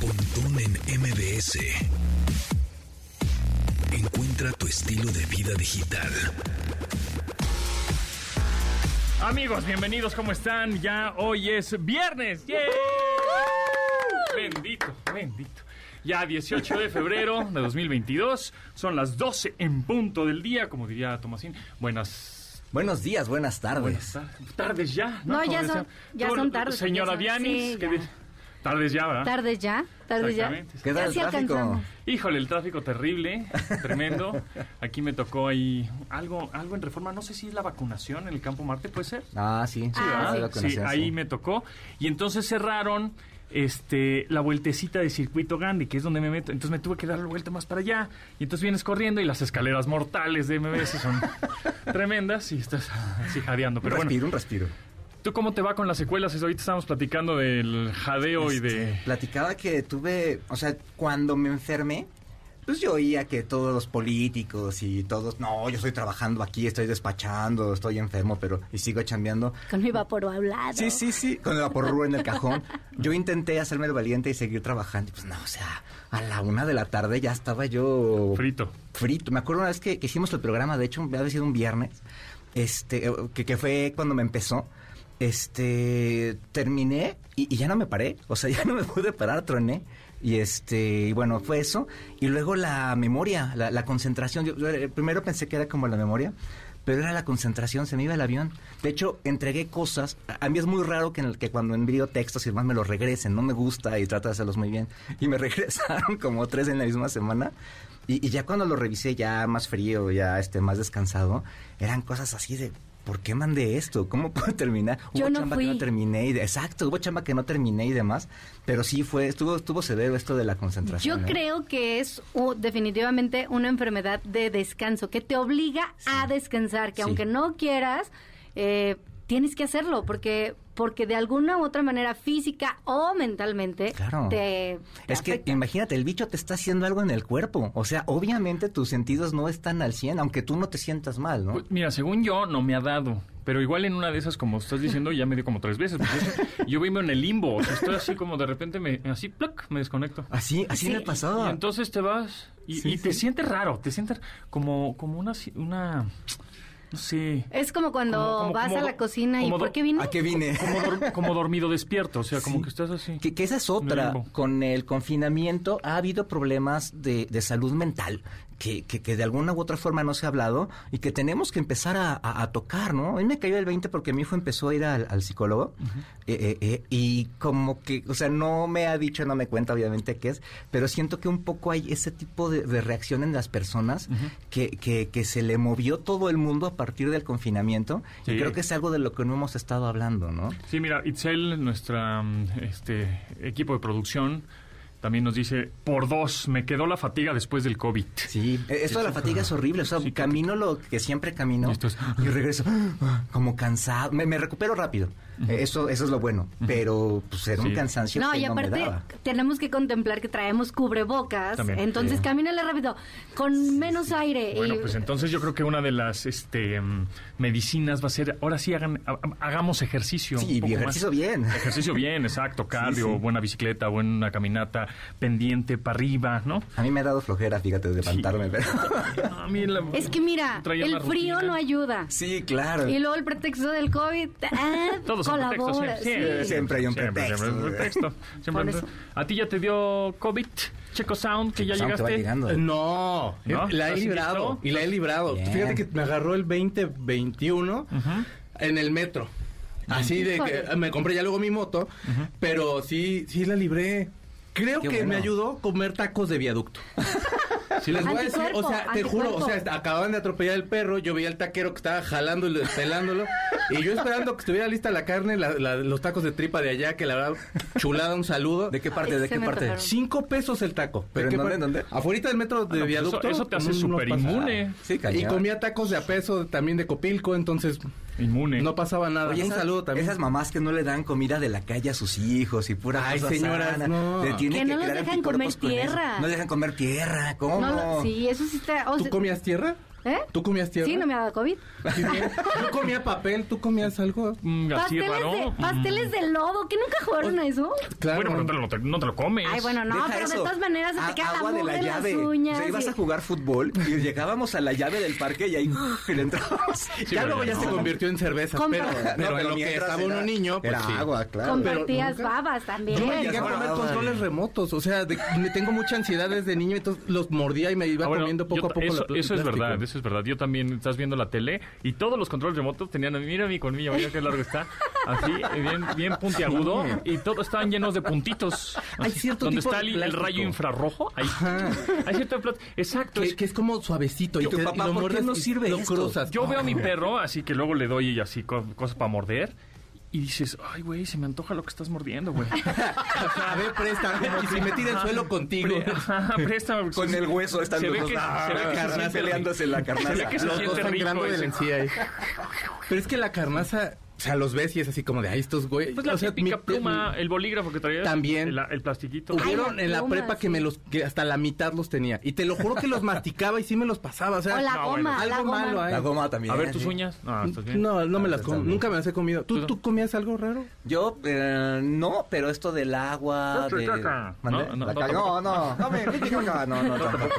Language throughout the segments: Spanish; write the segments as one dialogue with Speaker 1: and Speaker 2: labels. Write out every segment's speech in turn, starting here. Speaker 1: Pontón en MBS. Encuentra tu estilo de vida digital.
Speaker 2: Amigos, bienvenidos, ¿cómo están? Ya hoy es viernes. ¡Yay! Bendito, bendito. Ya 18 de febrero de 2022, son las 12 en punto del día, como diría Tomasín. Buenas
Speaker 3: Buenos días, buenas tardes.
Speaker 2: buenas tar- tardes ya.
Speaker 4: No, ya
Speaker 2: Como
Speaker 4: son-
Speaker 2: decía-
Speaker 4: ya
Speaker 2: Tú,
Speaker 4: son tardes,
Speaker 2: Señora
Speaker 4: ya son-
Speaker 2: Vianis,
Speaker 4: sí,
Speaker 2: ¿qué
Speaker 4: ya.
Speaker 2: dice? tardes ya, ¿verdad?
Speaker 4: Tarde ya, tarde ya.
Speaker 2: Exactamente.
Speaker 3: ¿Qué
Speaker 4: Ya
Speaker 3: tal el
Speaker 4: sí
Speaker 3: tráfico?
Speaker 4: alcanzamos.
Speaker 2: Híjole, el tráfico terrible, tremendo. Aquí me tocó ahí algo, algo en reforma. No sé si es la vacunación en el campo Marte, ¿puede ser?
Speaker 3: Ah, sí.
Speaker 4: Ah,
Speaker 2: ¿verdad?
Speaker 4: sí.
Speaker 3: lo
Speaker 2: Sí,
Speaker 3: conocía,
Speaker 2: ahí
Speaker 3: sí.
Speaker 2: me tocó. Y entonces cerraron este la vueltecita de circuito Gandhi, que es donde me meto. Entonces me tuve que dar la vuelta más para allá. Y entonces vienes corriendo y las escaleras mortales de MBS son tremendas y estás así jadeando.
Speaker 3: Un
Speaker 2: Pero bueno,
Speaker 3: respiro, un respiro.
Speaker 2: ¿tú cómo te va con las secuelas? Ahorita estábamos platicando del jadeo y de...
Speaker 3: Este, Platicaba que tuve, o sea, cuando me enfermé, pues yo oía que todos los políticos y todos, no, yo estoy trabajando aquí, estoy despachando, estoy enfermo, pero y sigo chambeando.
Speaker 4: Con mi vapor hablado.
Speaker 3: Sí, sí, sí, con el vaporrú en el cajón. Yo intenté hacerme el valiente y seguir trabajando. y Pues no, o sea, a la una de la tarde ya estaba yo
Speaker 2: Frito.
Speaker 3: frito. Me acuerdo una vez que, que hicimos el programa, de hecho, había sido un viernes, este, eh, que, que fue cuando me empezó. Este, terminé y, y ya no me paré, o sea, ya no me pude parar, troné. Y este, y bueno, fue eso. Y luego la memoria, la, la concentración. Yo, yo, eh, primero pensé que era como la memoria, pero era la concentración, se me iba el avión. De hecho, entregué cosas. A a mí es muy raro que, en el, que cuando envío textos y demás me los regresen, no me gusta y trato de hacerlos muy bien. Y me regresaron como tres en la misma semana. Y, y ya cuando lo revisé ya más frío, ya este, más descansado, eran cosas así de, ¿por qué mandé esto? ¿Cómo puedo terminar?
Speaker 4: Yo no
Speaker 3: chamba que no
Speaker 4: fui.
Speaker 3: terminé y de- exacto, hubo chamba que no terminé y demás, pero sí fue, estuvo, estuvo severo esto de la
Speaker 4: Yo
Speaker 3: concentración. ¿eh?
Speaker 4: creo que es uh, definitivamente una enfermedad de descanso, que te obliga a descansar,
Speaker 3: Sí.
Speaker 4: que aunque no quieras, eh, tienes que hacerlo, porque porque de alguna u otra manera, física o mentalmente,
Speaker 3: Claro.
Speaker 4: te, te
Speaker 3: Es que
Speaker 4: afecta.
Speaker 3: imagínate, el bicho te está haciendo algo en el cuerpo. O sea, obviamente tus sentidos no están al 100, aunque tú no te sientas mal, ¿no?
Speaker 2: Pues, mira, según yo, no me ha dado. Pero igual en una de esas, como estás diciendo, ya me dio como tres veces. porque yo vivo en el limbo. O sea, estoy así como de repente, me, así, plac, me desconecto.
Speaker 3: Así, así
Speaker 4: Sí,
Speaker 3: me pasaba.
Speaker 2: Y entonces te vas y,
Speaker 3: Sí,
Speaker 2: y te
Speaker 3: sí.
Speaker 2: sientes raro, te sientes como, como una, si- una, no sé,
Speaker 4: Es como cuando
Speaker 2: Como- como-
Speaker 4: vas
Speaker 2: como
Speaker 4: a
Speaker 2: do-
Speaker 4: la cocina y
Speaker 2: como do-
Speaker 4: ¿por qué vine?
Speaker 3: ¿A qué vine?
Speaker 2: como, dor- como dormido despierto, o sea, como
Speaker 3: Sí.
Speaker 2: que estás así.
Speaker 3: Que, que esa es
Speaker 2: En el
Speaker 3: otra.
Speaker 2: limbo.
Speaker 3: Con el confinamiento ha habido problemas de, de salud mental que, que- que de alguna u otra forma no se ha hablado y que tenemos que empezar a, a- a tocar, ¿no? A mí me cayó el 20 porque mi hijo empezó a ir al, al psicólogo eh, eh, eh, y como que, o sea, no me ha dicho, no me cuenta obviamente qué es, pero siento que un poco hay ese tipo de, de reacción en las personas que, que- que se le movió todo el mundo a partir del confinamiento
Speaker 2: Sí.
Speaker 3: y creo que es algo de lo que no hemos estado hablando, ¿no?
Speaker 2: Sí, mira, Itzel, nuestra mm, este equipo de producción, también nos dice, por dos, me quedó la fatiga después del COVID.
Speaker 3: Sí, eh, esto de la fatiga es horrible. O sea,
Speaker 2: Sí,
Speaker 3: camino lo que siempre camino
Speaker 2: Y estás-
Speaker 3: y regreso ah, como cansado. Me, me recupero rápido. Eh, Eso, eso es lo bueno. Pero pues era
Speaker 2: Sí.
Speaker 3: un cansancio
Speaker 4: No,
Speaker 3: que
Speaker 4: y
Speaker 3: no me
Speaker 4: aparte
Speaker 3: daba.
Speaker 4: tenemos que contemplar que traemos cubrebocas,
Speaker 2: También,
Speaker 4: entonces
Speaker 2: sí.
Speaker 4: camínale rápido, con menos aire.
Speaker 2: Bueno,
Speaker 4: y-
Speaker 2: pues entonces yo creo que una de las este, mm, medicinas va a ser, ahora sí hagan, ha- hagamos ejercicio. un
Speaker 3: Sí,
Speaker 2: poco más.
Speaker 3: ejercicio bien.
Speaker 2: Ejercicio bien, exacto, cardio,
Speaker 3: sí.
Speaker 2: buena bicicleta, buena caminata, pendiente para arriba, ¿no?
Speaker 3: A mí me ha dado flojera, fíjate, de levantarme. pero-
Speaker 2: A mí la-
Speaker 4: Es que mira,
Speaker 2: traía la
Speaker 4: el frío
Speaker 2: rutina.
Speaker 4: no ayuda.
Speaker 3: Sí, claro.
Speaker 4: Y luego el pretexto del COVID, ah,
Speaker 2: Todos son pretextos,
Speaker 4: colabora.
Speaker 2: siempre, siempre,
Speaker 4: sí.
Speaker 3: Siempre hay un
Speaker 2: siempre,
Speaker 3: pretexto.
Speaker 2: siempre hay un pretexto. Siempre hay un
Speaker 4: Por eso.
Speaker 2: pretexto. A ti ya te dio COVID, Checo Sound, que ya
Speaker 3: Sound que va
Speaker 2: llegaste.
Speaker 4: eh,
Speaker 3: llegando.
Speaker 5: No, Eh,
Speaker 2: ¿No?
Speaker 5: la he
Speaker 2: ¿Estás
Speaker 5: librado
Speaker 2: listo?
Speaker 5: y la he librado.
Speaker 3: Bien.
Speaker 5: Fíjate que me agarró el 2021 en el metro. Así de
Speaker 4: Híjole.
Speaker 5: que me compré ya luego mi moto, pero sí, sí la libré. Creo
Speaker 3: Qué
Speaker 5: que me
Speaker 3: bueno.
Speaker 5: ayudó comer tacos de viaducto. Si les voy a decir, o
Speaker 4: Anticuerpo,
Speaker 5: sea, te juro, o sea,
Speaker 4: anticuerpo.
Speaker 5: acababan de atropellar el perro, yo veía al taquero que estaba jalándolo, pelándolo, y yo esperando que estuviera lista la carne, la- la- los tacos de tripa de allá, que la verdad, chulada, un saludo.
Speaker 3: ¿De qué parte?
Speaker 4: Ay,
Speaker 3: ¿De
Speaker 4: se
Speaker 3: qué
Speaker 4: me
Speaker 3: parte?
Speaker 4: antojaron.
Speaker 5: Cinco pesos el taco.
Speaker 3: ¿Pero en
Speaker 5: ¿Qué Ah,
Speaker 3: dónde,
Speaker 5: pa-
Speaker 3: en dónde?
Speaker 5: Afuerita del metro de
Speaker 2: no, pues eso-
Speaker 5: viaducto.
Speaker 2: eso te hace
Speaker 5: no
Speaker 2: superinmune.
Speaker 5: pasa.
Speaker 3: Sí, cañón.
Speaker 5: Y comía tacos de a peso también de Copilco, entonces
Speaker 2: Inmune.
Speaker 5: no pasaba nada.
Speaker 3: Oye,
Speaker 5: un
Speaker 3: esas-
Speaker 5: saludo también.
Speaker 3: Esas mamás que no le dan comida de la calle a sus hijos y pura
Speaker 5: Ay,
Speaker 3: cosa
Speaker 5: señoras,
Speaker 3: sana.
Speaker 5: no.
Speaker 3: Le tienen
Speaker 4: Que no los
Speaker 3: crear
Speaker 4: dejan comer
Speaker 3: anticuerpos con eso.
Speaker 4: tierra.
Speaker 3: No le dejan comer tierra, ¿cómo?
Speaker 4: No lo- sí, eso sí está... o
Speaker 5: ¿Tú
Speaker 4: sea,
Speaker 5: comías tierra?
Speaker 4: ¿Eh?
Speaker 5: ¿Tú comías tierra?
Speaker 4: Sí, no me ha dado COVID.
Speaker 5: Sí, bien. ¿Tú comías papel? ¿Tú comías algo?
Speaker 2: Mm, así
Speaker 4: Pasteles,
Speaker 2: raro.
Speaker 4: de,
Speaker 2: Mm.
Speaker 4: pasteles de lodo, que nunca jugaron a eso.
Speaker 5: Claro.
Speaker 2: Bueno, pero no te, lo, te- no te lo comes.
Speaker 4: Ay, bueno, no,
Speaker 3: Deja
Speaker 4: pero de
Speaker 3: eso.
Speaker 4: todas maneras se
Speaker 3: A-
Speaker 4: te queda la
Speaker 3: agua de
Speaker 4: mugre
Speaker 3: la
Speaker 4: en las
Speaker 3: llave.
Speaker 4: uñas.
Speaker 3: O sea, ibas
Speaker 4: y-
Speaker 3: a jugar fútbol y llegábamos a la llave del parque y ahí uf, y le entrábamos.
Speaker 5: ya luego ya
Speaker 2: no.
Speaker 5: se convirtió en cerveza,
Speaker 4: Con-
Speaker 5: pero,
Speaker 4: No,
Speaker 5: pero, en lo que
Speaker 3: mientras
Speaker 5: estaba
Speaker 3: era-
Speaker 5: uno niño, pues
Speaker 3: era
Speaker 5: sí.
Speaker 3: agua, claro.
Speaker 4: Compartías
Speaker 5: Pero nunca-
Speaker 4: babas también.
Speaker 5: Yo me
Speaker 3: Bien,
Speaker 5: llegué a
Speaker 3: ya
Speaker 5: comer
Speaker 3: sabía.
Speaker 5: controles remotos, o sea, de- me tengo mucha ansiedad desde niño, entonces los mordía y me iba
Speaker 2: Ah, bueno,
Speaker 5: comiendo poco
Speaker 2: yo
Speaker 5: a poco.
Speaker 2: ta- Eso,
Speaker 5: la pl-
Speaker 2: eso es
Speaker 5: plástico.
Speaker 2: verdad, eso es verdad. Yo también estás viendo la tele y todos los controles remotos tenían, mira mi colmillo, mira qué largo está, así, bien, bien puntiagudo, y todos estaban llenos de puntitos.
Speaker 5: Hay
Speaker 2: Así,
Speaker 5: cierto
Speaker 2: Donde
Speaker 5: tipo
Speaker 2: está
Speaker 5: de
Speaker 2: el- el
Speaker 5: plástico.
Speaker 2: rayo infrarrojo, ahí.
Speaker 5: Ajá.
Speaker 2: Hay cierto plat- Exacto.
Speaker 5: Que,
Speaker 2: es-
Speaker 5: que es como suavecito.
Speaker 3: Y tu
Speaker 5: te-
Speaker 3: papá, ¿por
Speaker 5: lo
Speaker 3: qué
Speaker 5: muerdes
Speaker 3: no
Speaker 5: y
Speaker 3: sirve
Speaker 5: lo
Speaker 3: esto?
Speaker 5: cruzas.
Speaker 2: Yo veo a mi perro, así que luego le doy y así co- cosas para morder. Y dices, ay, güey, se me antoja lo que estás mordiendo, güey.
Speaker 5: A ver, préstame. Y si me tira el suelo contigo.
Speaker 2: Pre- ajá, préstame. porque
Speaker 3: Con
Speaker 2: se-
Speaker 3: el hueso están
Speaker 2: se
Speaker 3: los
Speaker 2: ve
Speaker 3: dos
Speaker 2: que-
Speaker 3: ah,
Speaker 2: se ve que se
Speaker 3: carnal,
Speaker 2: siente
Speaker 3: peleándose en la carnaza.
Speaker 2: Se ve que se
Speaker 5: Los
Speaker 2: siente
Speaker 5: dos sangrando
Speaker 2: rico
Speaker 5: de la
Speaker 2: ese.
Speaker 5: encía ahí. Pero es que la carnaza, o sea, los ves y es así como de, ay, estos güey.
Speaker 2: Pues la
Speaker 5: o sea,
Speaker 2: típica
Speaker 5: mi-
Speaker 2: pluma, el bolígrafo que traías.
Speaker 5: También.
Speaker 2: El, el plastiquito.
Speaker 5: Hubieron
Speaker 4: Ay,
Speaker 5: en la
Speaker 4: las plumas,
Speaker 5: prepa que me
Speaker 4: sí.
Speaker 5: los que hasta la mitad los tenía y te lo juro que los masticaba y sí me los pasaba, o sea,
Speaker 4: O la
Speaker 2: No,
Speaker 4: goma,
Speaker 2: Ah, bueno.
Speaker 4: la
Speaker 5: algo
Speaker 4: goma.
Speaker 5: malo, ¿eh?
Speaker 3: La goma también.
Speaker 2: A ver tus
Speaker 3: sí.
Speaker 2: uñas. No, estás bien.
Speaker 5: No, no me las como,
Speaker 3: Está bien.
Speaker 5: nunca me las he comido. ¿Tú, ¿Tú comías algo raro?
Speaker 3: Yo, eh, no, pero esto del agua.
Speaker 2: Caca,
Speaker 3: de-
Speaker 2: caca.
Speaker 3: ¿Mandé?
Speaker 2: No, no,
Speaker 3: La
Speaker 2: no,
Speaker 3: caca-
Speaker 2: tampoco.
Speaker 3: no, no, no, me- vete caca. no, no, tampoco.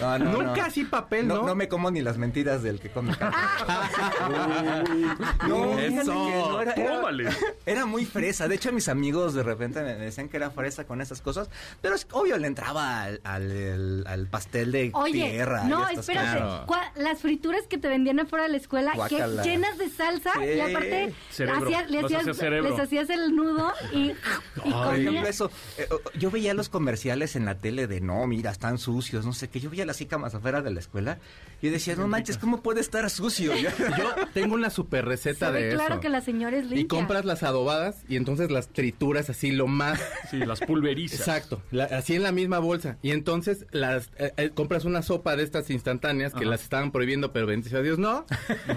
Speaker 3: No, no,
Speaker 5: nunca
Speaker 3: no.
Speaker 5: así papel, ¿no?
Speaker 3: No, no me como ni las mentiras del que come caca. no, fíjate que no era, era-
Speaker 2: Tómale.
Speaker 3: era muy fresa. De hecho, mis amigos de repente me decían que era fresa con esas cosas. Pero es obvio, le entraba al, al, el- al pastel de
Speaker 4: Oye,
Speaker 3: tierra. y
Speaker 4: no,
Speaker 3: estas
Speaker 4: espérate.
Speaker 3: cosas.
Speaker 4: Cua- Las frituras que te vendían afuera de la escuela, que
Speaker 3: Guácala.
Speaker 4: llenas de salsa,
Speaker 3: Sí.
Speaker 4: y aparte
Speaker 2: Cerebro.
Speaker 4: hacías- le
Speaker 2: Los
Speaker 4: hacías-
Speaker 2: hacía cerebro.
Speaker 4: les hacías el nudo y, y
Speaker 3: Por ejemplo,
Speaker 4: comías.
Speaker 3: eso. eh, oh, yo veía los comerciales en la tele de no, mira, están sucios, no sé qué. Yo veía las jícamas afuera de la escuela y decía, no manches, ¿cómo puede estar sucio? Yo-
Speaker 5: Yo tengo una super
Speaker 4: Se
Speaker 5: receta
Speaker 4: ve
Speaker 5: de
Speaker 4: claro
Speaker 5: eso.
Speaker 4: que la señora es limpia.
Speaker 5: y compras las adobadas y entonces las trituras así lo más
Speaker 2: Sí, las pulverizas.
Speaker 5: Exacto, la- así en la misma bolsa. Y entonces las eh, eh, compras una sopa de estas instantáneas que
Speaker 2: Ajá.
Speaker 5: las estaban prohibiendo, pero bendice a Dios no.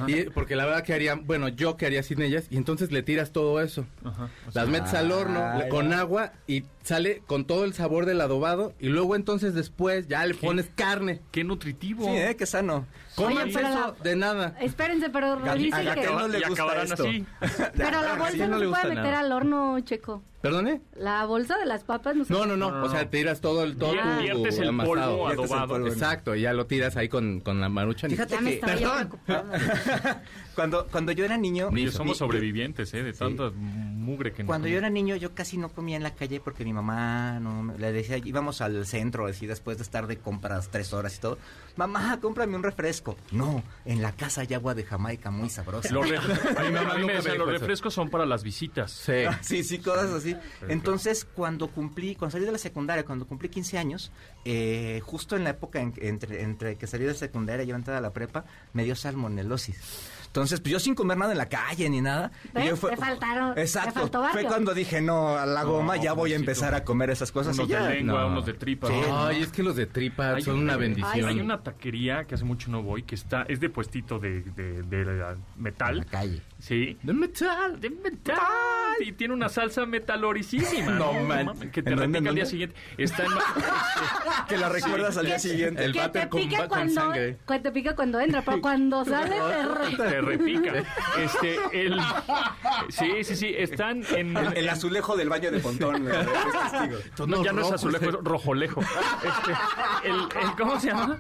Speaker 5: Y, porque la verdad que harían, bueno, yo que haría sin ellas. Y entonces le tiras todo eso.
Speaker 2: Ajá. O sea,
Speaker 5: Las metes al horno
Speaker 3: Ah,
Speaker 5: le-
Speaker 3: ya.
Speaker 5: con agua y sale con todo el sabor del adobado. Y luego entonces después ya le pones carne.
Speaker 2: qué nutritivo.
Speaker 3: Sí, ¿eh? Qué sano.
Speaker 5: Coman
Speaker 4: pero la-
Speaker 5: eso de nada.
Speaker 4: Espérense, pero
Speaker 3: a
Speaker 4: dicen
Speaker 3: la
Speaker 4: que...
Speaker 3: Pues que no le
Speaker 2: y
Speaker 3: gusta
Speaker 2: acabarán
Speaker 3: esto.
Speaker 2: así.
Speaker 4: Pero la
Speaker 5: Sí,
Speaker 4: bolsa
Speaker 5: no
Speaker 4: no,
Speaker 5: le
Speaker 4: se
Speaker 5: gusta
Speaker 4: puede meter
Speaker 5: nada.
Speaker 4: al horno, Checo.
Speaker 5: ¿Perdone?
Speaker 4: La bolsa de las papas no se
Speaker 5: No, no, no.
Speaker 2: No, no,
Speaker 5: O sea,
Speaker 2: no.
Speaker 5: tiras todo el todo tu
Speaker 2: Inviertes el
Speaker 5: amasado. Este
Speaker 2: polvo
Speaker 3: Inviertes el
Speaker 2: adobado.
Speaker 3: polvo.
Speaker 5: Exacto, y ya lo tiras ahí con, con la marucha.
Speaker 3: Fíjate
Speaker 4: Ya me
Speaker 3: que-
Speaker 4: estaba yo
Speaker 5: Perdón.
Speaker 4: preocupando.
Speaker 3: Cuando, cuando yo era niño.
Speaker 2: Oye, somos
Speaker 3: mi-
Speaker 2: sobrevivientes, ¿eh? De tanta mugre que nos-
Speaker 3: Cuando yo era niño, yo casi no comía en la calle porque mi mamá no me- le decía, íbamos al centro, así después de estar de compras tres horas y todo. Mamá, cómprame un refresco. No, en la casa hay agua de Jamaica muy sabrosa.
Speaker 2: Los ref- a mí me- a mí me
Speaker 5: nunca
Speaker 2: decían,
Speaker 5: me
Speaker 2: los
Speaker 5: dijo eso.
Speaker 2: refrescos son para las visitas.
Speaker 5: Sí.
Speaker 3: Sí, sí, cosas así. Entonces, cuando cumplí, cuando salí de la secundaria, cuando cumplí 15 años, eh, justo en la época en- entre, entre que salí de la secundaria y yo entré a la prepa, me dio salmonelosis. Entonces, pues yo sin comer nada en la calle ni nada.
Speaker 4: ¿Ves?
Speaker 3: yo
Speaker 4: Te faltaron- te
Speaker 3: Exacto.
Speaker 4: faltó barrio.
Speaker 3: fue cuando dije, no, a la goma
Speaker 2: No,
Speaker 3: ya voy a
Speaker 2: pobrecito.
Speaker 3: empezar a comer esas cosas.
Speaker 2: Unos
Speaker 3: y ya.
Speaker 2: de lengua,
Speaker 5: No.
Speaker 2: unos de tripa.
Speaker 5: Ay,
Speaker 2: ¿no?
Speaker 5: es que los de tripa
Speaker 2: Hay
Speaker 5: son
Speaker 2: un-
Speaker 5: una bendición.
Speaker 4: Ay,
Speaker 2: Hay una taquería que hace mucho no voy, que está, es de puestito de, de- de la-
Speaker 3: En
Speaker 2: metal.
Speaker 3: la calle.
Speaker 2: Sí.
Speaker 5: De metal.
Speaker 2: De metal. Y tiene una salsa metaloricísima.
Speaker 5: No manches.
Speaker 2: mames, Que te
Speaker 3: ¿En
Speaker 2: repica
Speaker 3: dónde, en
Speaker 2: al día
Speaker 3: dónde?
Speaker 2: siguiente. Está en... este,
Speaker 3: Ah, Que la recuerdas al día
Speaker 4: ¿Qué-
Speaker 3: siguiente.
Speaker 5: El
Speaker 4: que te
Speaker 5: váter con-
Speaker 4: pica
Speaker 5: con
Speaker 4: cuando,
Speaker 5: sangre.
Speaker 4: cu- te pica cuando entra, pero cuando sale te re-
Speaker 2: te repica. Este, el... Sí, sí, sí. Están en...
Speaker 3: El, el azulejo del baño de Pontón. ¿no? Es testigo.
Speaker 2: No, ya no es
Speaker 5: Rojos, eh.
Speaker 2: azulejo, es rojolejo. Este, el, el- ¿Cómo se llama?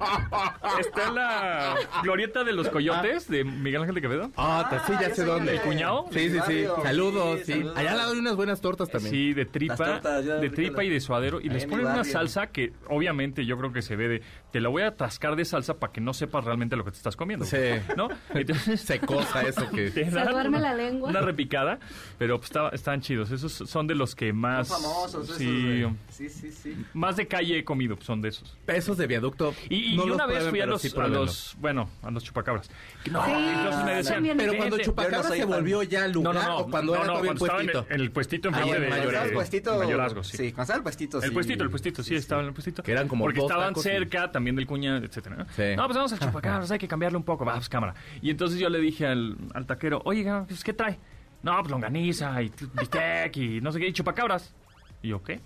Speaker 2: Está la glorieta de los coyotes de Miguel Ángel de Quevedo.
Speaker 5: Ah, ta- sí, ya
Speaker 3: ya
Speaker 5: sé
Speaker 3: sé
Speaker 5: dónde.
Speaker 3: dónde.
Speaker 5: ¿El
Speaker 2: cuñado?
Speaker 5: Sí, sí, sí.
Speaker 3: Barrio.
Speaker 5: Saludos,
Speaker 3: Sí,
Speaker 5: sí. Ah,
Speaker 3: saludos.
Speaker 5: Allá la doy unas buenas tortas también.
Speaker 2: Sí, de tripa,
Speaker 3: Las tortas, ya,
Speaker 2: de
Speaker 3: ahorita
Speaker 2: tripa
Speaker 3: las-
Speaker 2: y de suadero y
Speaker 3: Ahí
Speaker 2: les
Speaker 3: en mi
Speaker 2: ponen una
Speaker 3: barrio.
Speaker 2: salsa que obviamente yo creo que se ve de te la voy a atascar de salsa para que no sepas realmente lo que te estás comiendo.
Speaker 5: Sí.
Speaker 2: ¿No? Entonces
Speaker 5: Secosa eso
Speaker 2: te
Speaker 5: que...
Speaker 4: Se
Speaker 2: dan
Speaker 4: duerme
Speaker 2: una-
Speaker 4: la lengua.
Speaker 2: Una repicada, pero pues, estaba- estaban chidos. Esos son de los que
Speaker 3: Son
Speaker 2: más
Speaker 3: famosos. esos,
Speaker 2: Ah, sí,
Speaker 3: güey. sí, sí, sí.
Speaker 2: más de calle he comido, pues, son de esos.
Speaker 5: Pesos de viaducto.
Speaker 2: Y, y
Speaker 5: no
Speaker 2: yo
Speaker 5: los
Speaker 2: una vez
Speaker 5: prueben,
Speaker 2: fui a
Speaker 5: pero
Speaker 2: los,
Speaker 5: sí
Speaker 2: a
Speaker 5: pruébenlo.
Speaker 2: los, bueno, a los chupacabras. No,
Speaker 4: Sí,
Speaker 2: entonces me
Speaker 4: yo
Speaker 2: decían,
Speaker 4: también.
Speaker 5: Pero cuando
Speaker 2: "Vente".
Speaker 5: Chupacabra
Speaker 3: Yo no soy
Speaker 5: se
Speaker 3: fan.
Speaker 5: volvió ya
Speaker 2: no,
Speaker 5: lugar
Speaker 2: no, no,
Speaker 5: o cuando
Speaker 2: no,
Speaker 5: era
Speaker 2: no,
Speaker 5: todavía
Speaker 2: cuando estaba en
Speaker 5: puestito.
Speaker 2: el, en el puestito
Speaker 5: Ah,
Speaker 2: enfrente
Speaker 5: bueno,
Speaker 2: de
Speaker 5: mayorazgo.
Speaker 3: Cuando estaba el
Speaker 2: de-
Speaker 3: puestito-
Speaker 2: mayorazgo, eh, sí.
Speaker 3: cuando estaba el puestito,
Speaker 2: El
Speaker 3: sí.
Speaker 2: puestito, el puestito, sí, estaba en el puestito.
Speaker 5: Que eran como
Speaker 2: Porque
Speaker 5: dos
Speaker 2: estaban
Speaker 5: tacos, sí.
Speaker 2: cerca también del cuña, etcétera. ¿no?
Speaker 5: Sí.
Speaker 2: No, pues vamos al chupacabras, hay que cambiarle un poco. Va, pues cámara. Y entonces yo le dije al, al taquero, oye, ga, pues, ¿qué trae? No, pues longaniza y t- bistec y no sé qué, y chupacabras. Y yo, ¿qué?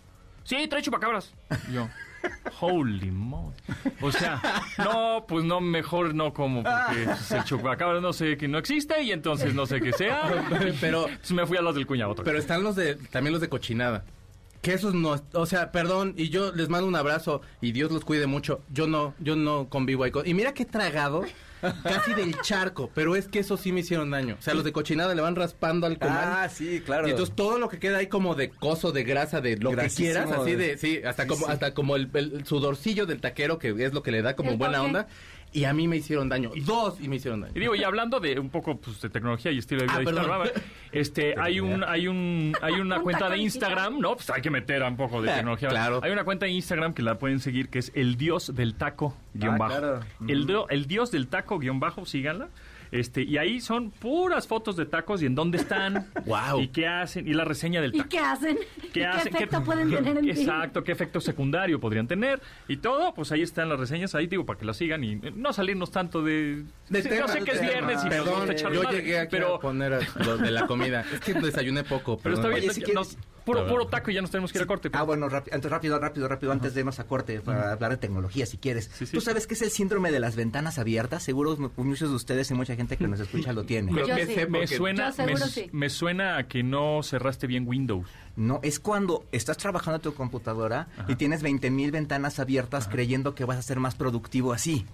Speaker 2: Sí, trae chupacabras. Y yo, Holy moly. O sea, no, pues no, mejor no como porque pues, el chupacabra no sé que no existe y entonces no sé qué sea.
Speaker 5: Pero-
Speaker 2: Entonces me fui a las del cuñado. otra
Speaker 5: Pero
Speaker 2: vez.
Speaker 5: están los de, también los de cochinada. Que esos no, o sea, perdón, y yo les mando un abrazo y Dios los cuide mucho. Yo no, yo no convivo ahí. con- Y mira que he tragado casi del charco, pero es que esos sí me hicieron daño. O sea, los de cochinada le van raspando al comal.
Speaker 3: Ah, sí, claro.
Speaker 5: Y entonces todo lo que queda ahí como de coso, de grasa, de lo
Speaker 3: Grasísimo.
Speaker 5: que quieras, así de, sí, hasta
Speaker 3: Sí,
Speaker 5: como,
Speaker 3: sí.
Speaker 5: hasta como el, el sudorcillo del taquero, que es lo que le da como
Speaker 4: El
Speaker 5: buena
Speaker 4: toque.
Speaker 5: onda. Y a mí me hicieron daño. Dos y me hicieron daño.
Speaker 2: Y digo, y hablando de un poco pues, de tecnología y estilo de vida
Speaker 5: Ah,
Speaker 2: digital,
Speaker 5: perdón.
Speaker 2: ¿verdad? este, hay un, hay un, hay una
Speaker 4: Un
Speaker 2: cuenta de
Speaker 4: tacón
Speaker 2: Instagram, ¿no? Pues hay que meter un poco de
Speaker 5: Ah,
Speaker 2: tecnología.
Speaker 5: claro.
Speaker 2: Hay una cuenta de Instagram que la pueden seguir que es el dios del taco guión
Speaker 3: Ah,
Speaker 2: bajo.
Speaker 3: claro.
Speaker 2: El, do- el dios del taco guión bajo, síganla. Este, y ahí son puras fotos de tacos y en dónde están
Speaker 5: Guau.
Speaker 2: y qué hacen y la reseña del
Speaker 4: ¿Y
Speaker 2: taco.
Speaker 4: qué hacen? ¿Y
Speaker 2: ¿Qué hacen?
Speaker 4: efecto pueden tener en ti?
Speaker 2: Exacto, qué efecto secundario podrían tener y todo, pues ahí están las reseñas, ahí digo para que las sigan y eh, no salirnos tanto de...
Speaker 5: De
Speaker 2: Sí, yo
Speaker 5: tema,
Speaker 2: sé que
Speaker 5: de
Speaker 2: es
Speaker 5: tema.
Speaker 2: viernes y nos
Speaker 5: Perdón,
Speaker 2: gusta echar
Speaker 5: yo
Speaker 2: desmadre,
Speaker 5: llegué aquí
Speaker 2: pero,
Speaker 5: a poner a- lo de la comida. Es que desayuné poco,
Speaker 2: pero está
Speaker 5: perdón.
Speaker 2: bien,
Speaker 3: Oye, si
Speaker 2: ya
Speaker 3: quieres-
Speaker 2: nos- puro, puro taco y ya nos tenemos que ir a corte.
Speaker 3: Ah, bueno, rápido, entonces rápido, rápido, rápido, antes de irnos a corte para hablar de tecnología, si quieres.
Speaker 2: Sí, sí.
Speaker 3: ¿Tú sabes qué es el síndrome de las ventanas abiertas? Seguro mu- muchos de ustedes y mucha gente que nos escucha lo tiene.
Speaker 5: Creo
Speaker 4: Yo
Speaker 5: que
Speaker 4: sí.
Speaker 5: sé
Speaker 2: me
Speaker 5: porque-
Speaker 2: suena,
Speaker 4: Yo
Speaker 2: me,
Speaker 4: seguro sí.
Speaker 2: me suena a que no cerraste bien Windows.
Speaker 3: No, es cuando estás trabajando en tu computadora y tienes 20.000 mil ventanas abiertas creyendo que vas a ser más productivo así.